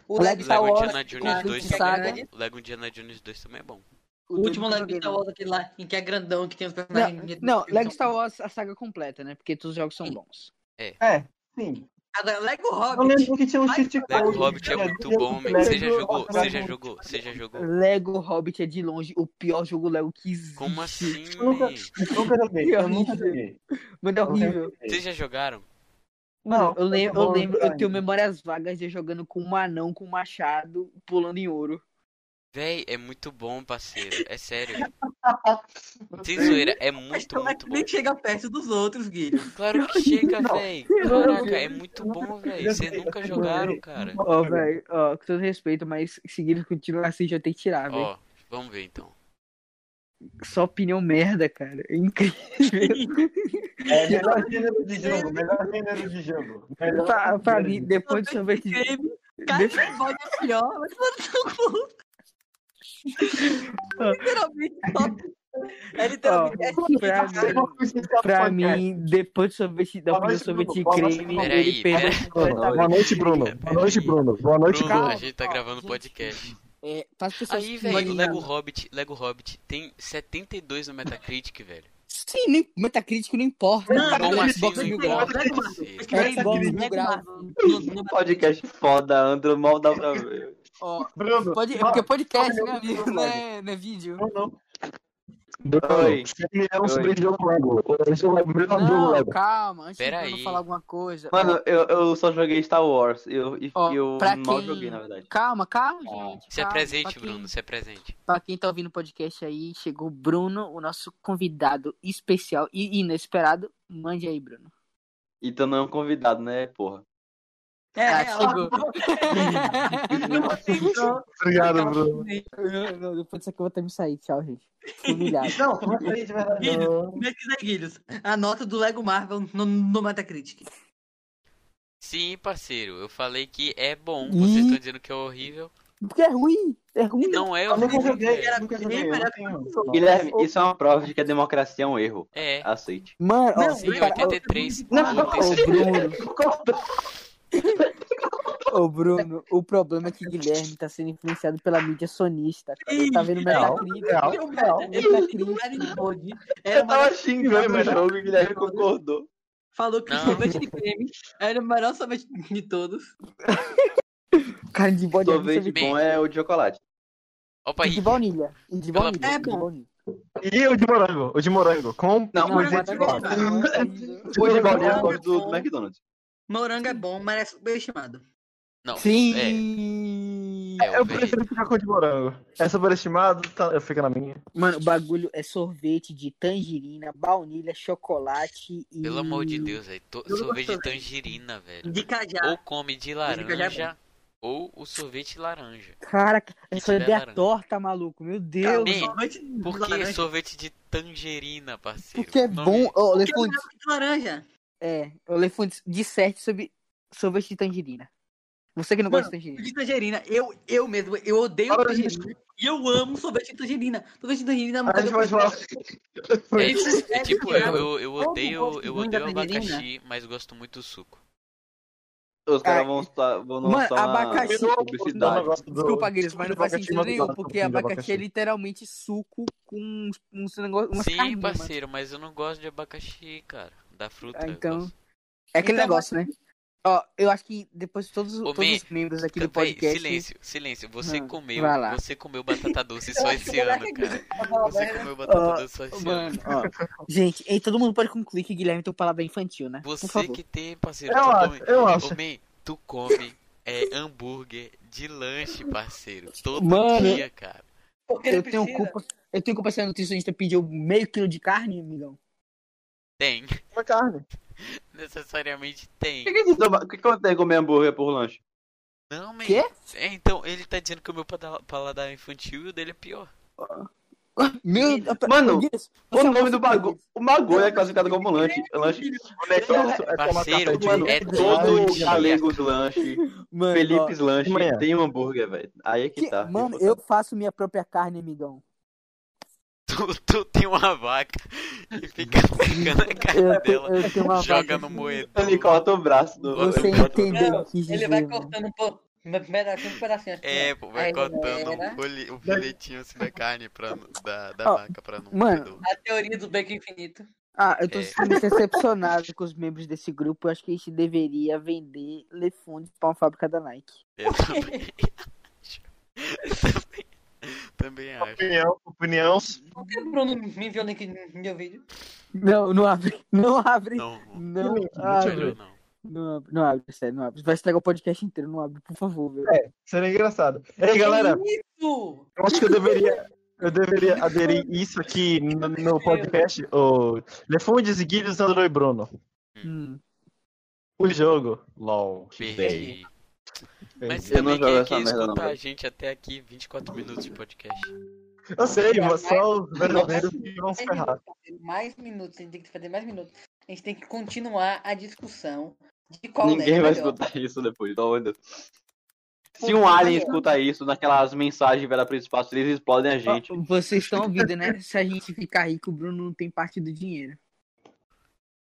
[SPEAKER 1] O
[SPEAKER 3] Lego Star
[SPEAKER 4] Lego
[SPEAKER 3] Wars,
[SPEAKER 4] Indiana Jones
[SPEAKER 1] Conflito
[SPEAKER 4] 2
[SPEAKER 1] de
[SPEAKER 4] também é
[SPEAKER 1] Saga.
[SPEAKER 4] bom. Lego Indiana Jones 2 também é bom.
[SPEAKER 1] O último Lego Star
[SPEAKER 4] né?
[SPEAKER 3] Wars.
[SPEAKER 1] Wars, aquele lá, em que é grandão, que tem os
[SPEAKER 3] Não,
[SPEAKER 1] personagens.
[SPEAKER 3] não, Lego Star Wars a saga completa, né? Porque todos os jogos são
[SPEAKER 1] Sim.
[SPEAKER 3] bons.
[SPEAKER 5] É, sim.
[SPEAKER 1] Agora, Lego
[SPEAKER 5] Eu
[SPEAKER 1] Hobbit.
[SPEAKER 5] lembro que tinha um cheat
[SPEAKER 4] Lego
[SPEAKER 5] code.
[SPEAKER 4] Hobbit é
[SPEAKER 5] né?
[SPEAKER 4] muito
[SPEAKER 5] Tinha
[SPEAKER 4] bom,
[SPEAKER 5] um
[SPEAKER 4] man.
[SPEAKER 5] Lego
[SPEAKER 4] Você já jogou?
[SPEAKER 5] Hobbit.
[SPEAKER 4] Você já jogou? Você já jogou?
[SPEAKER 3] Lego Hobbit é de longe o pior jogo Lego que existe.
[SPEAKER 4] Como assim,
[SPEAKER 5] Eu nunca,
[SPEAKER 4] man?
[SPEAKER 5] eu nunca joguei. Eu nunca joguei.
[SPEAKER 3] Mano, é
[SPEAKER 5] Eu nunca
[SPEAKER 3] horrível.
[SPEAKER 5] joguei.
[SPEAKER 4] Vocês já jogaram?
[SPEAKER 5] Não. tá é
[SPEAKER 3] Eu lembro,
[SPEAKER 5] não
[SPEAKER 3] eu
[SPEAKER 5] vou
[SPEAKER 3] lembro,
[SPEAKER 5] jogar
[SPEAKER 3] eu tenho
[SPEAKER 5] ainda.
[SPEAKER 3] memórias vagas de eu jogando com um anão com um machado pulando em ouro.
[SPEAKER 4] Véi, é muito bom, parceiro. É sério.
[SPEAKER 5] Não
[SPEAKER 4] Sem
[SPEAKER 5] sei.
[SPEAKER 4] zoeira, é muito,
[SPEAKER 1] Então, é
[SPEAKER 4] muito
[SPEAKER 1] que
[SPEAKER 4] bom.
[SPEAKER 1] nem chega perto dos outros, Guilherme.
[SPEAKER 4] Claro que chega, véi.
[SPEAKER 3] não,
[SPEAKER 4] Caraca,
[SPEAKER 3] não.
[SPEAKER 4] é muito bom, véi.
[SPEAKER 5] Eu
[SPEAKER 4] Vocês
[SPEAKER 5] sei, eu
[SPEAKER 4] nunca
[SPEAKER 5] sei,
[SPEAKER 4] jogaram,
[SPEAKER 5] eu
[SPEAKER 4] cara.
[SPEAKER 5] nunca
[SPEAKER 3] Ó,
[SPEAKER 5] joguei.
[SPEAKER 3] velho, ó, com todo respeito, mas seguindo continuar assim já tem que tirar, velho.
[SPEAKER 4] Ó, vamos ver então.
[SPEAKER 2] Só opinião merda, cara. É incrível.
[SPEAKER 5] É melhor gênero de jogo, melhor gênero de jogo. Melhor
[SPEAKER 2] pra, pra
[SPEAKER 5] gênero
[SPEAKER 2] mim,
[SPEAKER 5] de
[SPEAKER 2] depois de sorvete.
[SPEAKER 1] Creme, cara,
[SPEAKER 2] Deixa-
[SPEAKER 1] que bode é pior, mas mano,
[SPEAKER 2] Ó.
[SPEAKER 1] Literalmente top. É literalmente. é tipo de
[SPEAKER 2] pra
[SPEAKER 1] caralho.
[SPEAKER 5] jogo.
[SPEAKER 2] Pra mim, depois de sorvete, da
[SPEAKER 5] Boa
[SPEAKER 2] opinião sorvete
[SPEAKER 5] noite, Bruno. Boa noite,
[SPEAKER 2] creme,
[SPEAKER 5] Bruno.
[SPEAKER 4] Peraí,
[SPEAKER 2] ele assim, perdeu
[SPEAKER 4] peraí.
[SPEAKER 3] tá
[SPEAKER 2] tá
[SPEAKER 5] Boa noite, Bruno. Boa noite, Bruno. Boa noite,
[SPEAKER 4] Bruno,
[SPEAKER 5] Bruno.
[SPEAKER 4] a gente tá
[SPEAKER 3] Ó,
[SPEAKER 4] gravando
[SPEAKER 3] gente.
[SPEAKER 4] podcast.
[SPEAKER 3] É, para as pessoas né?
[SPEAKER 4] Aí,
[SPEAKER 3] que-
[SPEAKER 4] velho, Lego Hobbit, Lego Hobbit tem 72 no Metacritic, velho.
[SPEAKER 3] Sim, nem, Metacrítico não importa.
[SPEAKER 1] Não,
[SPEAKER 4] Como
[SPEAKER 1] mas
[SPEAKER 4] assim
[SPEAKER 1] Xbox
[SPEAKER 4] não
[SPEAKER 1] Mil
[SPEAKER 4] importa?
[SPEAKER 1] Graus, né, mano?
[SPEAKER 4] Cacete.
[SPEAKER 1] Pesquisa aí,
[SPEAKER 3] É igual
[SPEAKER 1] Xbox
[SPEAKER 3] Mil
[SPEAKER 1] Mil
[SPEAKER 3] Graus.
[SPEAKER 1] Graus. No- no-
[SPEAKER 7] Podcast foda, Andro, mal dá pra ver.
[SPEAKER 3] Ó,
[SPEAKER 5] Bruno.
[SPEAKER 3] pode, é porque é podcast, né, amigo? Não é, não é vídeo.
[SPEAKER 5] Bruno. Bruno,
[SPEAKER 7] Oi.
[SPEAKER 5] sempre eram sobre
[SPEAKER 7] Oi.
[SPEAKER 5] jogo Lego. Esse é o primeiro jogo
[SPEAKER 3] Não,
[SPEAKER 5] Lego.
[SPEAKER 3] calma, antes
[SPEAKER 4] Pera
[SPEAKER 3] de eu
[SPEAKER 4] aí.
[SPEAKER 3] falar alguma coisa.
[SPEAKER 7] Mano, eu, eu só joguei Star Wars eu, e
[SPEAKER 3] Ó,
[SPEAKER 7] eu
[SPEAKER 3] pra
[SPEAKER 7] mal
[SPEAKER 3] quem-
[SPEAKER 7] joguei, na verdade.
[SPEAKER 3] Calma, calma,
[SPEAKER 5] Ah.
[SPEAKER 3] gente. calma.
[SPEAKER 4] Se
[SPEAKER 3] tá Pra
[SPEAKER 4] apresente,
[SPEAKER 3] quem-
[SPEAKER 4] Bruno, se é apresente.
[SPEAKER 3] Pra quem tá ouvindo o podcast aí, chegou o Bruno, o nosso convidado especial e inesperado. Mande aí, Bruno.
[SPEAKER 7] Então não é um convidado, né, porra?
[SPEAKER 1] É,
[SPEAKER 3] Ah,
[SPEAKER 1] é, ó.
[SPEAKER 3] chegou.
[SPEAKER 5] Obrigado, Bruno.
[SPEAKER 3] Não, não, depois disso aqui eu vou ter que me sair. Tchau, gente. Fui humilhado.
[SPEAKER 5] Não, começa aí de verdade.
[SPEAKER 1] Pesquisa aí, Guilhos. né, A nota do Lego Marvel no, no Metacritic.
[SPEAKER 4] Sim, parceiro, eu falei que é bom. Vocês
[SPEAKER 3] Ih.
[SPEAKER 4] estão dizendo que é horrível.
[SPEAKER 3] Porque é ruim. É ruim.
[SPEAKER 4] Não é
[SPEAKER 5] Eu nunca
[SPEAKER 4] horrível.
[SPEAKER 5] joguei,
[SPEAKER 4] velho.
[SPEAKER 5] eu nunca joguei. eu não tenho-
[SPEAKER 7] Guilherme, isso é uma prova de que a democracia é um erro.
[SPEAKER 4] É.
[SPEAKER 7] Aceite.
[SPEAKER 3] Mano, ó,
[SPEAKER 4] Sim,
[SPEAKER 3] cara, ó,
[SPEAKER 4] 83.
[SPEAKER 5] Não, não,
[SPEAKER 3] Ô, Bruno. Ô, Bruno, o problema é que Guilherme tá sendo influenciado pela mídia sonista, cara. Ele tá vendo
[SPEAKER 5] Não,
[SPEAKER 3] Metacritic.
[SPEAKER 5] não,
[SPEAKER 1] Meu
[SPEAKER 5] não.
[SPEAKER 1] merda, ele tá criticando bode. Era
[SPEAKER 7] Eu
[SPEAKER 1] uma
[SPEAKER 7] tava xingando o jogo e o Guilherme concordou.
[SPEAKER 1] Falou que o
[SPEAKER 4] Não.
[SPEAKER 1] sorvete de creme era o melhor sorvete de todos.
[SPEAKER 3] Cara, de bode é ruim,
[SPEAKER 7] Sorvete
[SPEAKER 3] sabe?
[SPEAKER 4] bem.
[SPEAKER 7] bom é o de chocolate.
[SPEAKER 4] Opa,
[SPEAKER 3] de
[SPEAKER 4] aí.
[SPEAKER 3] baunilha. E de
[SPEAKER 4] Pela-
[SPEAKER 3] baunilha.
[SPEAKER 1] É
[SPEAKER 3] e de
[SPEAKER 1] bom.
[SPEAKER 3] baunilha.
[SPEAKER 5] é, E o de morango, o de morango. Com
[SPEAKER 7] Não,
[SPEAKER 5] com
[SPEAKER 7] mas
[SPEAKER 5] gente
[SPEAKER 1] é
[SPEAKER 5] gosta.
[SPEAKER 1] bom.
[SPEAKER 3] Não, é horrível.
[SPEAKER 7] O de
[SPEAKER 5] Não,
[SPEAKER 7] baunilha
[SPEAKER 1] não,
[SPEAKER 7] eu gosto do,
[SPEAKER 1] não.
[SPEAKER 7] do McDonald's.
[SPEAKER 1] Morango é bom, mas é superestimado.
[SPEAKER 4] Não. É,
[SPEAKER 3] Sim!
[SPEAKER 4] é
[SPEAKER 5] Eu
[SPEAKER 4] horrível.
[SPEAKER 5] prefiro ficar com o de morango. É superestimado, tá, eu fico na minha.
[SPEAKER 3] Mano, o bagulho é sorvete de tangerina, baunilha, chocolate e.
[SPEAKER 4] Pelo amor de Deus, velho. To-
[SPEAKER 1] Eu
[SPEAKER 4] Sorvete de
[SPEAKER 1] gosto, velho.
[SPEAKER 4] tangerina, velho.
[SPEAKER 1] De cajá.
[SPEAKER 4] Ou come de
[SPEAKER 1] Tangerina já é bom.
[SPEAKER 4] laranja, ou o sorvete laranja.
[SPEAKER 3] Cara, isso é
[SPEAKER 4] Isso é
[SPEAKER 3] da
[SPEAKER 4] laranja.
[SPEAKER 3] torta, maluco. Meu
[SPEAKER 1] Cara,
[SPEAKER 3] Deus.
[SPEAKER 1] o
[SPEAKER 4] Bem,
[SPEAKER 1] sorvete
[SPEAKER 4] Por
[SPEAKER 1] de
[SPEAKER 4] que
[SPEAKER 1] laranja.
[SPEAKER 4] sorvete de tangerina, parceiro?
[SPEAKER 3] Porque é
[SPEAKER 4] O nome-
[SPEAKER 3] bom. Ó,
[SPEAKER 1] Porque é o
[SPEAKER 3] Elefante.
[SPEAKER 1] sorvete de laranja.
[SPEAKER 3] É, Elefante, disserte sobre sorvete de tangerina. Você que não gosta de tangerina.
[SPEAKER 1] De tangerina. Eu, eu mesmo, eu odeio
[SPEAKER 5] Agora,
[SPEAKER 1] tangerina. E eu amo sorvete de tangerina. Sorvete de tangerina é uma
[SPEAKER 5] A gente vai falar.
[SPEAKER 4] É, é tipo, eu, eu, eu
[SPEAKER 1] Como
[SPEAKER 4] odeio,
[SPEAKER 1] gosto
[SPEAKER 4] eu
[SPEAKER 1] muito da
[SPEAKER 4] odeio
[SPEAKER 1] tangerina.
[SPEAKER 4] abacaxi, mas gosto muito do suco.
[SPEAKER 7] Os
[SPEAKER 3] Ah,
[SPEAKER 7] caras vão, tá- vão
[SPEAKER 3] mano,
[SPEAKER 7] lançar uma
[SPEAKER 3] abacaxi-
[SPEAKER 5] Não,
[SPEAKER 7] publicidade.
[SPEAKER 5] eu gosto do-
[SPEAKER 3] Desculpa, Guilherme, mas não faz
[SPEAKER 5] abacaxi,
[SPEAKER 3] sentido
[SPEAKER 5] mas eu
[SPEAKER 3] nenhum,
[SPEAKER 5] gosto
[SPEAKER 3] porque
[SPEAKER 5] do
[SPEAKER 3] abacaxi é literalmente suco com um uns, uns negócios. umas
[SPEAKER 4] Sim,
[SPEAKER 3] carninhas, mano.
[SPEAKER 4] parceiro, mas eu não gosto de abacaxi, cara. Da fruta.
[SPEAKER 3] Ah,
[SPEAKER 4] eu
[SPEAKER 3] então,
[SPEAKER 4] gosto.
[SPEAKER 3] É aquele
[SPEAKER 1] Então,
[SPEAKER 3] negócio, né? Ó, eu acho que depois de todos,
[SPEAKER 4] Ô,
[SPEAKER 3] todos
[SPEAKER 4] Mi,
[SPEAKER 3] os membros aqui do
[SPEAKER 4] Véi,
[SPEAKER 3] podcast.
[SPEAKER 4] é silêncio, silêncio. Você
[SPEAKER 3] Ah,
[SPEAKER 4] comeu,
[SPEAKER 3] vai lá.
[SPEAKER 4] você comeu batata doce só esse ano, cara. Você comeu
[SPEAKER 3] Ah,
[SPEAKER 4] batata doce só esse ano.
[SPEAKER 3] Mano, ó. Gente, ei, todo mundo pode concluir que Guilherme tem uma palavra infantil, né? Por
[SPEAKER 4] Você
[SPEAKER 3] favor.
[SPEAKER 4] que tem, parceiro, tá
[SPEAKER 5] Eu
[SPEAKER 4] tu
[SPEAKER 5] acho,
[SPEAKER 4] come.
[SPEAKER 5] eu acho.
[SPEAKER 4] Ô, man, tu come é, hambúrguer de lanche, parceiro. Todo
[SPEAKER 3] Mano.
[SPEAKER 4] dia, cara.
[SPEAKER 1] Porque
[SPEAKER 3] Eu tenho um culpa. Eu tenho culpa se a nutricionista pediu meio quilo de carne, amigão.
[SPEAKER 4] Tem,
[SPEAKER 5] Uma carne.
[SPEAKER 4] necessariamente
[SPEAKER 7] O que,
[SPEAKER 4] tem.
[SPEAKER 7] que, você toma- o que, que eu tenho que comer hambúrguer por lanche?
[SPEAKER 4] Não, man.
[SPEAKER 3] Quê?
[SPEAKER 4] É, então, ele tá dizendo que o meu pada- paladar é infantil e o dele é pior.
[SPEAKER 3] Meu
[SPEAKER 7] Mano,
[SPEAKER 3] Guilherme,
[SPEAKER 7] O
[SPEAKER 3] você é um
[SPEAKER 7] nome
[SPEAKER 3] moço-
[SPEAKER 7] do bagulho. O bagulho é classificado como
[SPEAKER 3] um
[SPEAKER 7] lanche. lanche. O negócio é tomar
[SPEAKER 4] Parceiro,
[SPEAKER 7] café de manhã.
[SPEAKER 4] é
[SPEAKER 7] todo
[SPEAKER 4] todo dia,
[SPEAKER 7] Galegos lanche.
[SPEAKER 3] Mano, ó,
[SPEAKER 7] Felipe's lanche.
[SPEAKER 5] Manhã.
[SPEAKER 7] Tem um hambúrguer, velho. Aí é que,
[SPEAKER 3] que-
[SPEAKER 7] tá.
[SPEAKER 3] mano, eu faço minha própria carne, amigão.
[SPEAKER 4] Tu, tu tem uma vaca e fica pegando a carne
[SPEAKER 3] Eu, te-
[SPEAKER 4] dela,
[SPEAKER 3] eu tenho uma vaca.
[SPEAKER 4] joga no
[SPEAKER 7] Ele
[SPEAKER 4] moedor.
[SPEAKER 7] corta o braço do.
[SPEAKER 3] Você
[SPEAKER 7] ele corta o-
[SPEAKER 3] entendeu o que dizer,
[SPEAKER 1] Ele vai
[SPEAKER 3] mano.
[SPEAKER 1] cortando pô, um pedacinho por pedacinho. assim,
[SPEAKER 4] É, pô, vai
[SPEAKER 1] Aí,
[SPEAKER 4] cortando
[SPEAKER 1] galera.
[SPEAKER 4] um, fili- um filetinho assim da carne pra, da, da
[SPEAKER 3] Ó,
[SPEAKER 4] vaca pra não
[SPEAKER 3] mano,
[SPEAKER 4] moedor.
[SPEAKER 1] ó. A teoria do beco infinito.
[SPEAKER 3] Ah, eu tô
[SPEAKER 4] É.
[SPEAKER 3] sendo decepcionado com os membros desse grupo. Eu acho que a gente deveria vender Lefunde pra uma fábrica da Nike.
[SPEAKER 4] Eu também acho. Também- Também acho.
[SPEAKER 5] Opinião, opinião.
[SPEAKER 1] Por que o Bruno me enviou o link no meu vídeo?
[SPEAKER 3] Não, não abre. Não abre. Não,
[SPEAKER 4] Não,
[SPEAKER 3] abre.
[SPEAKER 4] não.
[SPEAKER 3] Não abre, não abre, sério, não abre. Vai estragar o podcast inteiro, não abre, por favor, velho.
[SPEAKER 1] É.
[SPEAKER 5] Seria engraçado. Ei, galera,
[SPEAKER 1] Que Isso!
[SPEAKER 5] eu acho que eu deveria. Eu deveria aderir isso aqui no, no podcast. O Lefundes, Guilherme, Sandro e Bruno.
[SPEAKER 3] Hum.
[SPEAKER 5] O jogo. LOL.
[SPEAKER 4] Perdi. Mas
[SPEAKER 7] Eu não
[SPEAKER 4] também
[SPEAKER 7] jogo
[SPEAKER 4] quem é que
[SPEAKER 7] essa merda, não,
[SPEAKER 4] escuta a
[SPEAKER 7] velho.
[SPEAKER 4] gente até aqui 24 minutos de podcast?
[SPEAKER 5] Eu sei, mas só os
[SPEAKER 1] verdadeiros
[SPEAKER 5] verdadeiros que vão se
[SPEAKER 1] mais
[SPEAKER 5] ferrar.
[SPEAKER 1] minutos, fazer mais minutos, a gente tem que fazer mais minutos. A gente tem que continuar a discussão de qual
[SPEAKER 7] Ninguém vai
[SPEAKER 1] é melhor.
[SPEAKER 7] escutar isso depois, pelo amor de Deus. Se
[SPEAKER 1] Por
[SPEAKER 7] um
[SPEAKER 1] que
[SPEAKER 7] alien
[SPEAKER 1] não?
[SPEAKER 7] escuta isso, naquelas mensagens veladas pro espaço, eles explodem a gente.
[SPEAKER 3] Ó, Vocês estão ouvindo, né? Se a gente ficar rico, o Bruno não tem parte do dinheiro.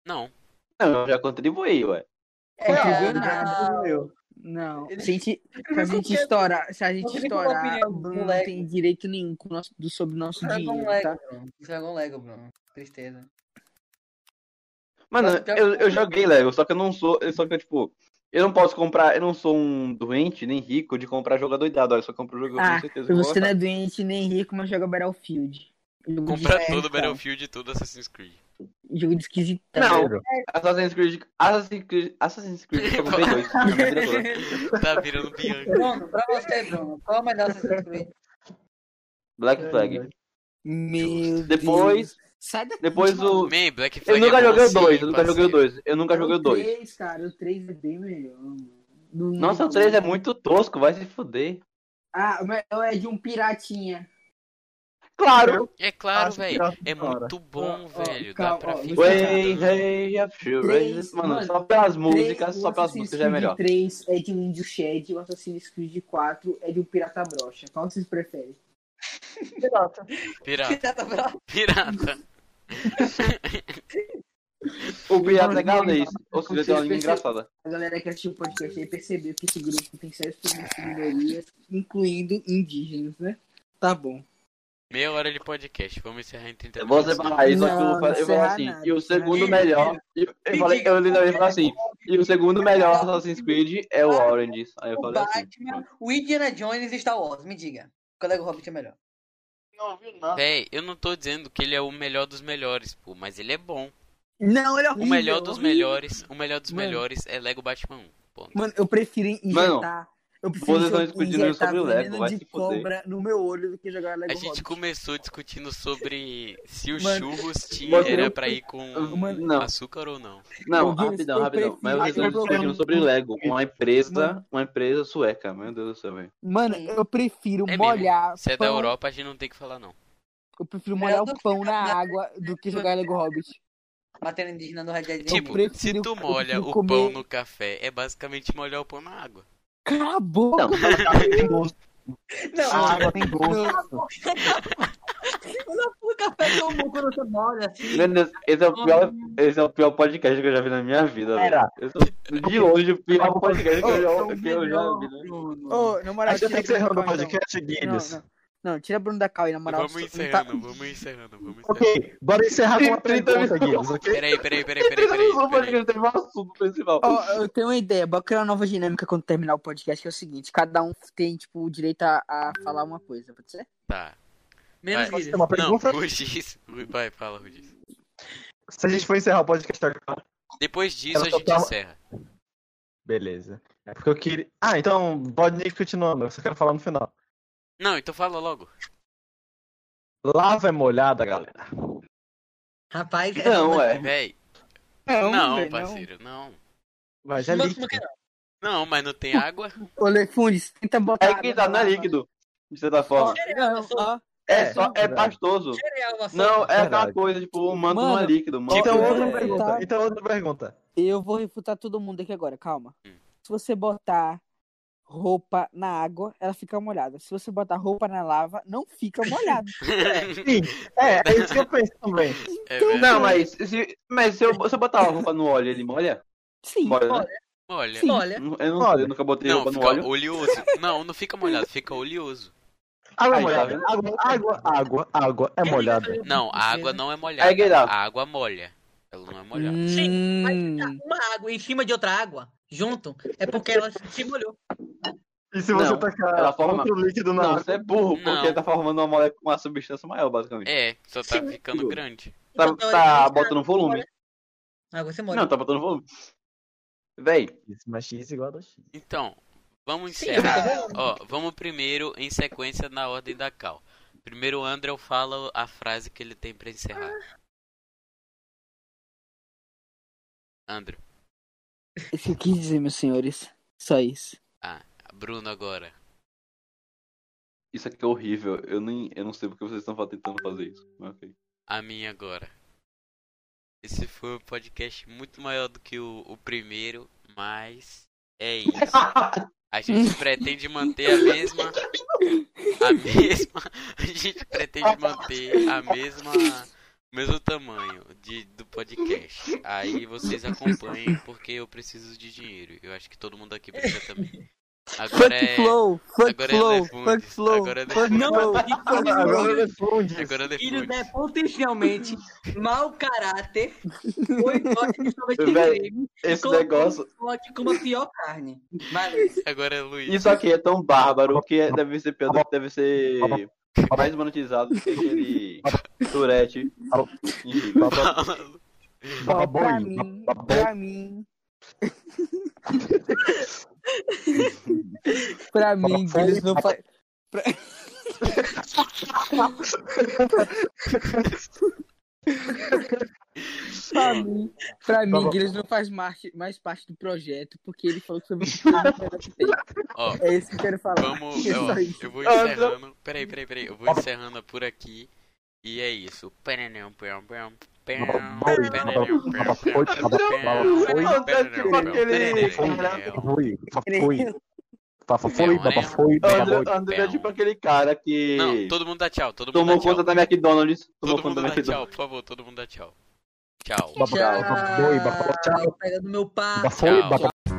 [SPEAKER 4] Não.
[SPEAKER 3] Ah,
[SPEAKER 7] Não, eu já contribuí, ué.
[SPEAKER 1] É,
[SPEAKER 3] Contribuiu
[SPEAKER 1] não.
[SPEAKER 3] nada.
[SPEAKER 5] Eu.
[SPEAKER 3] né? Não.
[SPEAKER 1] Ele-
[SPEAKER 3] Se a gente, se a
[SPEAKER 1] Ele não
[SPEAKER 3] gente
[SPEAKER 1] quer-
[SPEAKER 3] estourar, se a gente
[SPEAKER 1] Você tem que falar
[SPEAKER 3] estourar,
[SPEAKER 1] opinião,
[SPEAKER 3] o Bruno não
[SPEAKER 1] moleque. É,
[SPEAKER 3] tem direito nenhum com o nosso- do- sobre o nosso
[SPEAKER 1] Dragon
[SPEAKER 3] dinheiro,
[SPEAKER 1] Lego,
[SPEAKER 3] tá?
[SPEAKER 1] Bruno. Dragon Lego, Bruno. Tristeza.
[SPEAKER 7] Mano,
[SPEAKER 1] Mas pior-
[SPEAKER 7] eu, eu joguei Lego, só que eu não sou. Só que eu, tipo, eu não posso comprar. Eu não sou um doente nem rico de comprar jogo adoidado. Olha, só compro jogo
[SPEAKER 3] Ah,
[SPEAKER 7] com certeza. que eu vou
[SPEAKER 3] Você não é doente nem rico, mas joga Battlefield. Jogo de
[SPEAKER 4] Compra
[SPEAKER 3] esquisitão.
[SPEAKER 4] todo Battlefield e todo Assassin's Creed.
[SPEAKER 3] Jogo de esquisitão.
[SPEAKER 7] Não, Assassin's Creed. Assassin's Creed. Assassin's Creed. Eu comprei dois. na minha vida toda.
[SPEAKER 4] tá virando Bianca.
[SPEAKER 1] Bruno, pra você, Bruno, qual é o melhor Assassin's Creed?
[SPEAKER 3] É
[SPEAKER 7] Black Flag.
[SPEAKER 3] Meu Deus.
[SPEAKER 7] Depois.
[SPEAKER 3] Sai daqui.
[SPEAKER 7] Depois
[SPEAKER 3] mano.
[SPEAKER 7] o.
[SPEAKER 4] Man, Black
[SPEAKER 7] Eu
[SPEAKER 4] Flag
[SPEAKER 7] nunca
[SPEAKER 4] é
[SPEAKER 7] joguei o
[SPEAKER 4] bonzinho,
[SPEAKER 7] dois. Eu nunca joguei o
[SPEAKER 4] parceiro.
[SPEAKER 7] dois. Eu nunca
[SPEAKER 3] É
[SPEAKER 7] joguei o
[SPEAKER 3] o
[SPEAKER 7] dois.
[SPEAKER 3] 3, cara, o 3 é bem melhor. mano. Do-
[SPEAKER 7] Nossa, o 3 é muito tosco, vai se fuder.
[SPEAKER 3] Ah, mas é de um piratinha.
[SPEAKER 7] Claro!
[SPEAKER 4] É claro,
[SPEAKER 5] Acho
[SPEAKER 4] velho.
[SPEAKER 5] que tá-
[SPEAKER 4] É
[SPEAKER 5] não, cara.
[SPEAKER 4] muito bom,
[SPEAKER 3] Ó, ó,
[SPEAKER 4] velho. Dá
[SPEAKER 3] calma,
[SPEAKER 4] pra
[SPEAKER 3] ó,
[SPEAKER 4] ficar.
[SPEAKER 7] Way,
[SPEAKER 4] cantando.
[SPEAKER 7] hey, up, sure.
[SPEAKER 3] Três,
[SPEAKER 7] mano,
[SPEAKER 3] mano,
[SPEAKER 7] só pelas músicas, só pelas músicas já é melhor.
[SPEAKER 3] 3 é de um índio Shed, o Assassin's Creed 4 é de um pirata brocha. Qual vocês preferem?
[SPEAKER 4] Pirata.
[SPEAKER 1] Pirata Bravo.
[SPEAKER 4] Pirata.
[SPEAKER 7] O Pirata
[SPEAKER 3] Mano,
[SPEAKER 7] é galês, ou seja, tem uma língua engraçada.
[SPEAKER 3] A galera que assistiu o podcast aí percebeu que esse grupo tem certas minorias, incluindo indígenas, né? Tá bom.
[SPEAKER 4] Meia hora de podcast. Vamos encerrar em 30
[SPEAKER 7] Eu vou
[SPEAKER 4] minutos.
[SPEAKER 7] separar isso, só que eu
[SPEAKER 3] Não,
[SPEAKER 7] vou falar- eu vou
[SPEAKER 3] não será
[SPEAKER 7] falar assim.
[SPEAKER 3] nada,
[SPEAKER 7] E o
[SPEAKER 3] não será
[SPEAKER 7] segundo
[SPEAKER 3] nada.
[SPEAKER 7] melhor. Eu, eu
[SPEAKER 1] Me
[SPEAKER 7] falei,
[SPEAKER 1] diga,
[SPEAKER 7] eu literalmente falei assim. E o segundo melhor
[SPEAKER 1] é
[SPEAKER 7] Assassin's Creed é o
[SPEAKER 1] Batman,
[SPEAKER 7] Orange. Aí eu
[SPEAKER 1] O
[SPEAKER 7] falei assim.
[SPEAKER 1] Batman, é o Indiana Jones e Star Wars, me diga. Qual é que o Hobbit é melhor?
[SPEAKER 5] Não ouviu nada.
[SPEAKER 4] Véi, eu não tô dizendo que ele é o melhor dos melhores, pô, mas ele é bom.
[SPEAKER 3] Não, ele é
[SPEAKER 4] O
[SPEAKER 3] horrível,
[SPEAKER 4] melhor dos
[SPEAKER 3] horrível.
[SPEAKER 4] melhores, o melhor dos
[SPEAKER 3] Mano.
[SPEAKER 4] melhores é Lego Batman 1. Ponto.
[SPEAKER 3] Mano, eu prefiro
[SPEAKER 7] Mano,
[SPEAKER 3] injetar. eu prefiro
[SPEAKER 7] vocês estão
[SPEAKER 3] injetar
[SPEAKER 7] discutindo sobre o Lego,
[SPEAKER 3] veneno
[SPEAKER 7] vai
[SPEAKER 3] de
[SPEAKER 7] se fuder.
[SPEAKER 3] cobra no meu olho do que jogar Lego
[SPEAKER 4] A gente
[SPEAKER 3] Hobbit.
[SPEAKER 4] começou discutindo sobre se o
[SPEAKER 3] Mano,
[SPEAKER 4] churros tinha,
[SPEAKER 7] mano,
[SPEAKER 4] era
[SPEAKER 7] eu-
[SPEAKER 4] pra ir com
[SPEAKER 7] "Hum, Mano, não.
[SPEAKER 4] açúcar ou não.
[SPEAKER 7] Não,
[SPEAKER 3] Eu disse,
[SPEAKER 7] rapidão,
[SPEAKER 3] eu
[SPEAKER 7] rapidão. Mas
[SPEAKER 3] prefiro-
[SPEAKER 7] vocês estão
[SPEAKER 5] eu prefiro-
[SPEAKER 7] discutindo sobre Lego, uma empresa,
[SPEAKER 3] Mano.
[SPEAKER 7] uma empresa sueca. Meu Deus do céu, velho.
[SPEAKER 3] Mano, eu prefiro
[SPEAKER 4] É mesmo.
[SPEAKER 3] molhar.
[SPEAKER 4] Se é da
[SPEAKER 3] pão-
[SPEAKER 4] Europa, a gente não tem que falar, não.
[SPEAKER 3] Eu prefiro
[SPEAKER 1] Melhor
[SPEAKER 3] molhar
[SPEAKER 1] do
[SPEAKER 3] o
[SPEAKER 1] que
[SPEAKER 3] pão na
[SPEAKER 1] jogar-
[SPEAKER 3] água do que jogar Lego Hobbit.
[SPEAKER 1] Matéria indígena no Radiadinho.
[SPEAKER 3] Eu
[SPEAKER 4] Tipo, se
[SPEAKER 3] prefiro-
[SPEAKER 4] tu
[SPEAKER 3] eu
[SPEAKER 4] molha
[SPEAKER 3] prefiro
[SPEAKER 4] o
[SPEAKER 3] comer-
[SPEAKER 4] pão no café, é basicamente molhar o pão na água.
[SPEAKER 3] Cala a boca!
[SPEAKER 7] Não.
[SPEAKER 5] Tem gosto.
[SPEAKER 1] Não,
[SPEAKER 5] A água tem gosto.
[SPEAKER 1] o café que eu morro quando você molha.
[SPEAKER 7] Meu Deus, esse é o pior, esse é o pior podcast que eu já vi na minha vida, velho.
[SPEAKER 5] Pera.
[SPEAKER 7] Esse é de longe o pior podcast que eu já, que eu já vi. né?
[SPEAKER 3] Ô, na moral,
[SPEAKER 5] Ainda tem que
[SPEAKER 3] tira
[SPEAKER 5] encerrar
[SPEAKER 3] Bruno
[SPEAKER 5] tá o
[SPEAKER 3] da cal, então.
[SPEAKER 5] podcast, Guilherme.
[SPEAKER 3] Não, não. Não, tira Bruno da cal aí, na moral.
[SPEAKER 4] vamos
[SPEAKER 3] não tá-
[SPEAKER 4] encerrando, vamos encerrando, vamos encerrando.
[SPEAKER 5] Ok, bora encerrar com uma
[SPEAKER 7] 30
[SPEAKER 5] pergunta,
[SPEAKER 7] minutos.
[SPEAKER 5] Guilherme, ok?
[SPEAKER 4] Peraí, peraí, peraí, peraí,
[SPEAKER 7] Esse
[SPEAKER 4] peraí.
[SPEAKER 7] é o
[SPEAKER 4] peraí.
[SPEAKER 7] podcast, teve um assunto principal.
[SPEAKER 3] Ó, eu tenho uma ideia, bora criar uma nova dinâmica quando terminar o podcast, que é o seguinte, cada um tem, tipo, o direito a, a falar uma coisa, pode ser?
[SPEAKER 4] Tá.
[SPEAKER 1] Menos que
[SPEAKER 4] Vai.
[SPEAKER 5] Pode
[SPEAKER 1] isso.
[SPEAKER 5] ter uma
[SPEAKER 4] Não,
[SPEAKER 5] pergunta?
[SPEAKER 4] Rugis. Vai, fala, Rugis.
[SPEAKER 5] Se a gente for encerrar o podcast agora.
[SPEAKER 4] Depois disso, a
[SPEAKER 5] Ela só
[SPEAKER 4] gente
[SPEAKER 5] tava-
[SPEAKER 4] encerra.
[SPEAKER 5] Beleza. É porque eu queria. Ah, então pode ir continuando. Eu só quero falar no final.
[SPEAKER 4] Não, então fala logo.
[SPEAKER 5] Lava é molhada, galera.
[SPEAKER 1] Rapaz,
[SPEAKER 7] Não,
[SPEAKER 1] é.
[SPEAKER 7] é.
[SPEAKER 4] Véi,
[SPEAKER 3] Não,
[SPEAKER 4] não,
[SPEAKER 3] velho,
[SPEAKER 4] parceiro, não.
[SPEAKER 5] Vai, já
[SPEAKER 1] Mas,
[SPEAKER 5] li.
[SPEAKER 1] mas que é? não.
[SPEAKER 4] Não, mas não tem água?
[SPEAKER 3] Ô, Lefundes, tenta botar...
[SPEAKER 7] É que tá, não é líquido, de certa forma.
[SPEAKER 3] Não, ó,
[SPEAKER 7] É, só, é
[SPEAKER 5] verdade.
[SPEAKER 7] pastoso.
[SPEAKER 1] Cereal, maçã.
[SPEAKER 7] Não, é aquela
[SPEAKER 5] Verdade.
[SPEAKER 7] coisa, tipo, o manto não é
[SPEAKER 3] Mano,
[SPEAKER 7] líquido. o manto
[SPEAKER 4] tipo,
[SPEAKER 5] Então,
[SPEAKER 7] é-
[SPEAKER 5] outra
[SPEAKER 3] é-
[SPEAKER 5] pergunta.
[SPEAKER 3] tá.
[SPEAKER 5] Então, outra pergunta.
[SPEAKER 3] eu vou refutar todo mundo aqui agora, calma.
[SPEAKER 4] Hum.
[SPEAKER 3] Se você botar roupa na água, ela fica molhada. Se você botar roupa na lava, não fica molhada.
[SPEAKER 5] Sim, é, é isso que eu penso também.
[SPEAKER 4] É verdade.
[SPEAKER 7] Não, mas se, mas se, eu, se eu botar a roupa no óleo, ele molha?
[SPEAKER 3] Sim,
[SPEAKER 7] Molha, né?
[SPEAKER 4] Olha.
[SPEAKER 3] Sim.
[SPEAKER 1] Olha,
[SPEAKER 7] Não- Eu não
[SPEAKER 5] Olha.
[SPEAKER 7] sei, eu nunca botei
[SPEAKER 4] Não,
[SPEAKER 7] roupa no
[SPEAKER 4] fica
[SPEAKER 7] óleo.
[SPEAKER 4] oleoso. Não, não fica molhado, fica oleoso.
[SPEAKER 5] Água é
[SPEAKER 7] Aí, tá
[SPEAKER 5] molhada.
[SPEAKER 7] vendo?
[SPEAKER 5] Água, água, água, água é molhada.
[SPEAKER 4] Não,
[SPEAKER 1] um
[SPEAKER 4] a água não é
[SPEAKER 7] Aí,
[SPEAKER 4] molhada.
[SPEAKER 7] Guilherme.
[SPEAKER 4] A água molha. Ela não é molhada.
[SPEAKER 1] Sim,
[SPEAKER 3] Hum.
[SPEAKER 1] uma água em cima de outra água, junto, é porque ela se molhou.
[SPEAKER 5] E se você
[SPEAKER 7] Não,
[SPEAKER 5] tacar
[SPEAKER 7] ela forma-
[SPEAKER 5] outro líquido na
[SPEAKER 7] Não,
[SPEAKER 5] água?
[SPEAKER 7] você é burro,
[SPEAKER 4] Não.
[SPEAKER 7] porque tá formando uma molécula com uma substância maior, basicamente.
[SPEAKER 4] É, só tá
[SPEAKER 1] Sim.
[SPEAKER 4] ficando grande.
[SPEAKER 7] Tá,
[SPEAKER 1] Então,
[SPEAKER 7] tá
[SPEAKER 1] ela-
[SPEAKER 7] botando volume.
[SPEAKER 1] A água se molha.
[SPEAKER 7] Não, tá botando volume. Véi,
[SPEAKER 5] Isso, mas X é igual a X.
[SPEAKER 4] Então, vamos
[SPEAKER 1] Sim,
[SPEAKER 4] encerrar.
[SPEAKER 1] tá bom.
[SPEAKER 4] Ó, vamos primeiro em sequência na ordem da Cal. Primeiro o André fala a frase que ele tem pra encerrar. André,
[SPEAKER 3] Isso que eu quis dizer, meus senhores. Só isso.
[SPEAKER 4] Bruno agora.
[SPEAKER 7] Isso aqui é horrível. Eu, nem, eu não sei porque vocês estão fa- tentando fazer isso. Mas ok.
[SPEAKER 4] a minha agora. Esse foi um podcast muito maior do que o, o primeiro, mas é isso. A gente pretende manter a mesma. A mesma. A gente pretende manter a mesma. O mesmo tamanho de, do podcast. Aí vocês acompanhem, porque eu preciso de dinheiro. Eu acho que todo mundo aqui precisa também. Agora é.
[SPEAKER 3] flow, fuck
[SPEAKER 4] Agora é
[SPEAKER 3] flow,
[SPEAKER 4] Elefundes,
[SPEAKER 3] fuck flow,
[SPEAKER 4] agora é
[SPEAKER 3] fuck
[SPEAKER 4] Elefundes.
[SPEAKER 3] flow.
[SPEAKER 5] Agora responde.
[SPEAKER 4] Agora é
[SPEAKER 1] Filhos
[SPEAKER 4] depois.
[SPEAKER 1] é potencialmente mau caráter, boicote de sorvete
[SPEAKER 7] Véi,
[SPEAKER 1] creme,
[SPEAKER 7] Esse
[SPEAKER 1] colocou um
[SPEAKER 7] negócio.
[SPEAKER 1] o Loki como a pior carne. Valeu.
[SPEAKER 4] Agora é Luiz.
[SPEAKER 7] Isso aqui é tão bárbaro que é- deve ser pior, do que- deve ser mais monetizado do que aquele Tourette. Enfim,
[SPEAKER 4] Fala.
[SPEAKER 2] Ó, pra
[SPEAKER 5] Baboinho,
[SPEAKER 2] mim,
[SPEAKER 5] baboinho.
[SPEAKER 2] pra mim.
[SPEAKER 5] Tá
[SPEAKER 2] pra mim, eles não faz. Pra... pra mim, pra mim eles não faz mais, mais parte do projeto, porque ele falou sobre o
[SPEAKER 4] Ó,
[SPEAKER 2] É isso que eu quero falar.
[SPEAKER 4] Vamos,
[SPEAKER 2] É
[SPEAKER 4] ó,
[SPEAKER 2] só isso.
[SPEAKER 4] eu vou
[SPEAKER 7] Ah, não.
[SPEAKER 4] encerrando. Peraí, peraí, peraí. Eu vou encerrando por aqui. E é isso. Penenão, pão, pão, pão,
[SPEAKER 5] Baboinho,
[SPEAKER 4] penenão, pão, pão, pão,
[SPEAKER 5] baboinho, baboinho,
[SPEAKER 4] pão,
[SPEAKER 7] baboinho.
[SPEAKER 4] pão,
[SPEAKER 7] Acontece
[SPEAKER 4] penenão,
[SPEAKER 7] com
[SPEAKER 4] pão,
[SPEAKER 7] aquele-
[SPEAKER 4] penenão.
[SPEAKER 5] Foi, foi. Foi,
[SPEAKER 4] Não, né?
[SPEAKER 5] foi,
[SPEAKER 7] André,
[SPEAKER 5] babafoi.
[SPEAKER 7] André é tipo aquele cara que
[SPEAKER 4] Não, todo mundo dá tchau, todo mundo dá
[SPEAKER 7] tomou
[SPEAKER 4] tchau.
[SPEAKER 7] conta da McDonald's. Tomou
[SPEAKER 4] Todo mundo
[SPEAKER 7] conta da
[SPEAKER 4] dá
[SPEAKER 7] McDonald's.
[SPEAKER 4] tchau, por favor, todo mundo dá tchau. Tchau.
[SPEAKER 5] Babafoi, babafoi, babafoi,
[SPEAKER 1] Pega do meu par.
[SPEAKER 5] babafoi,
[SPEAKER 4] Tchau.
[SPEAKER 5] babafoi.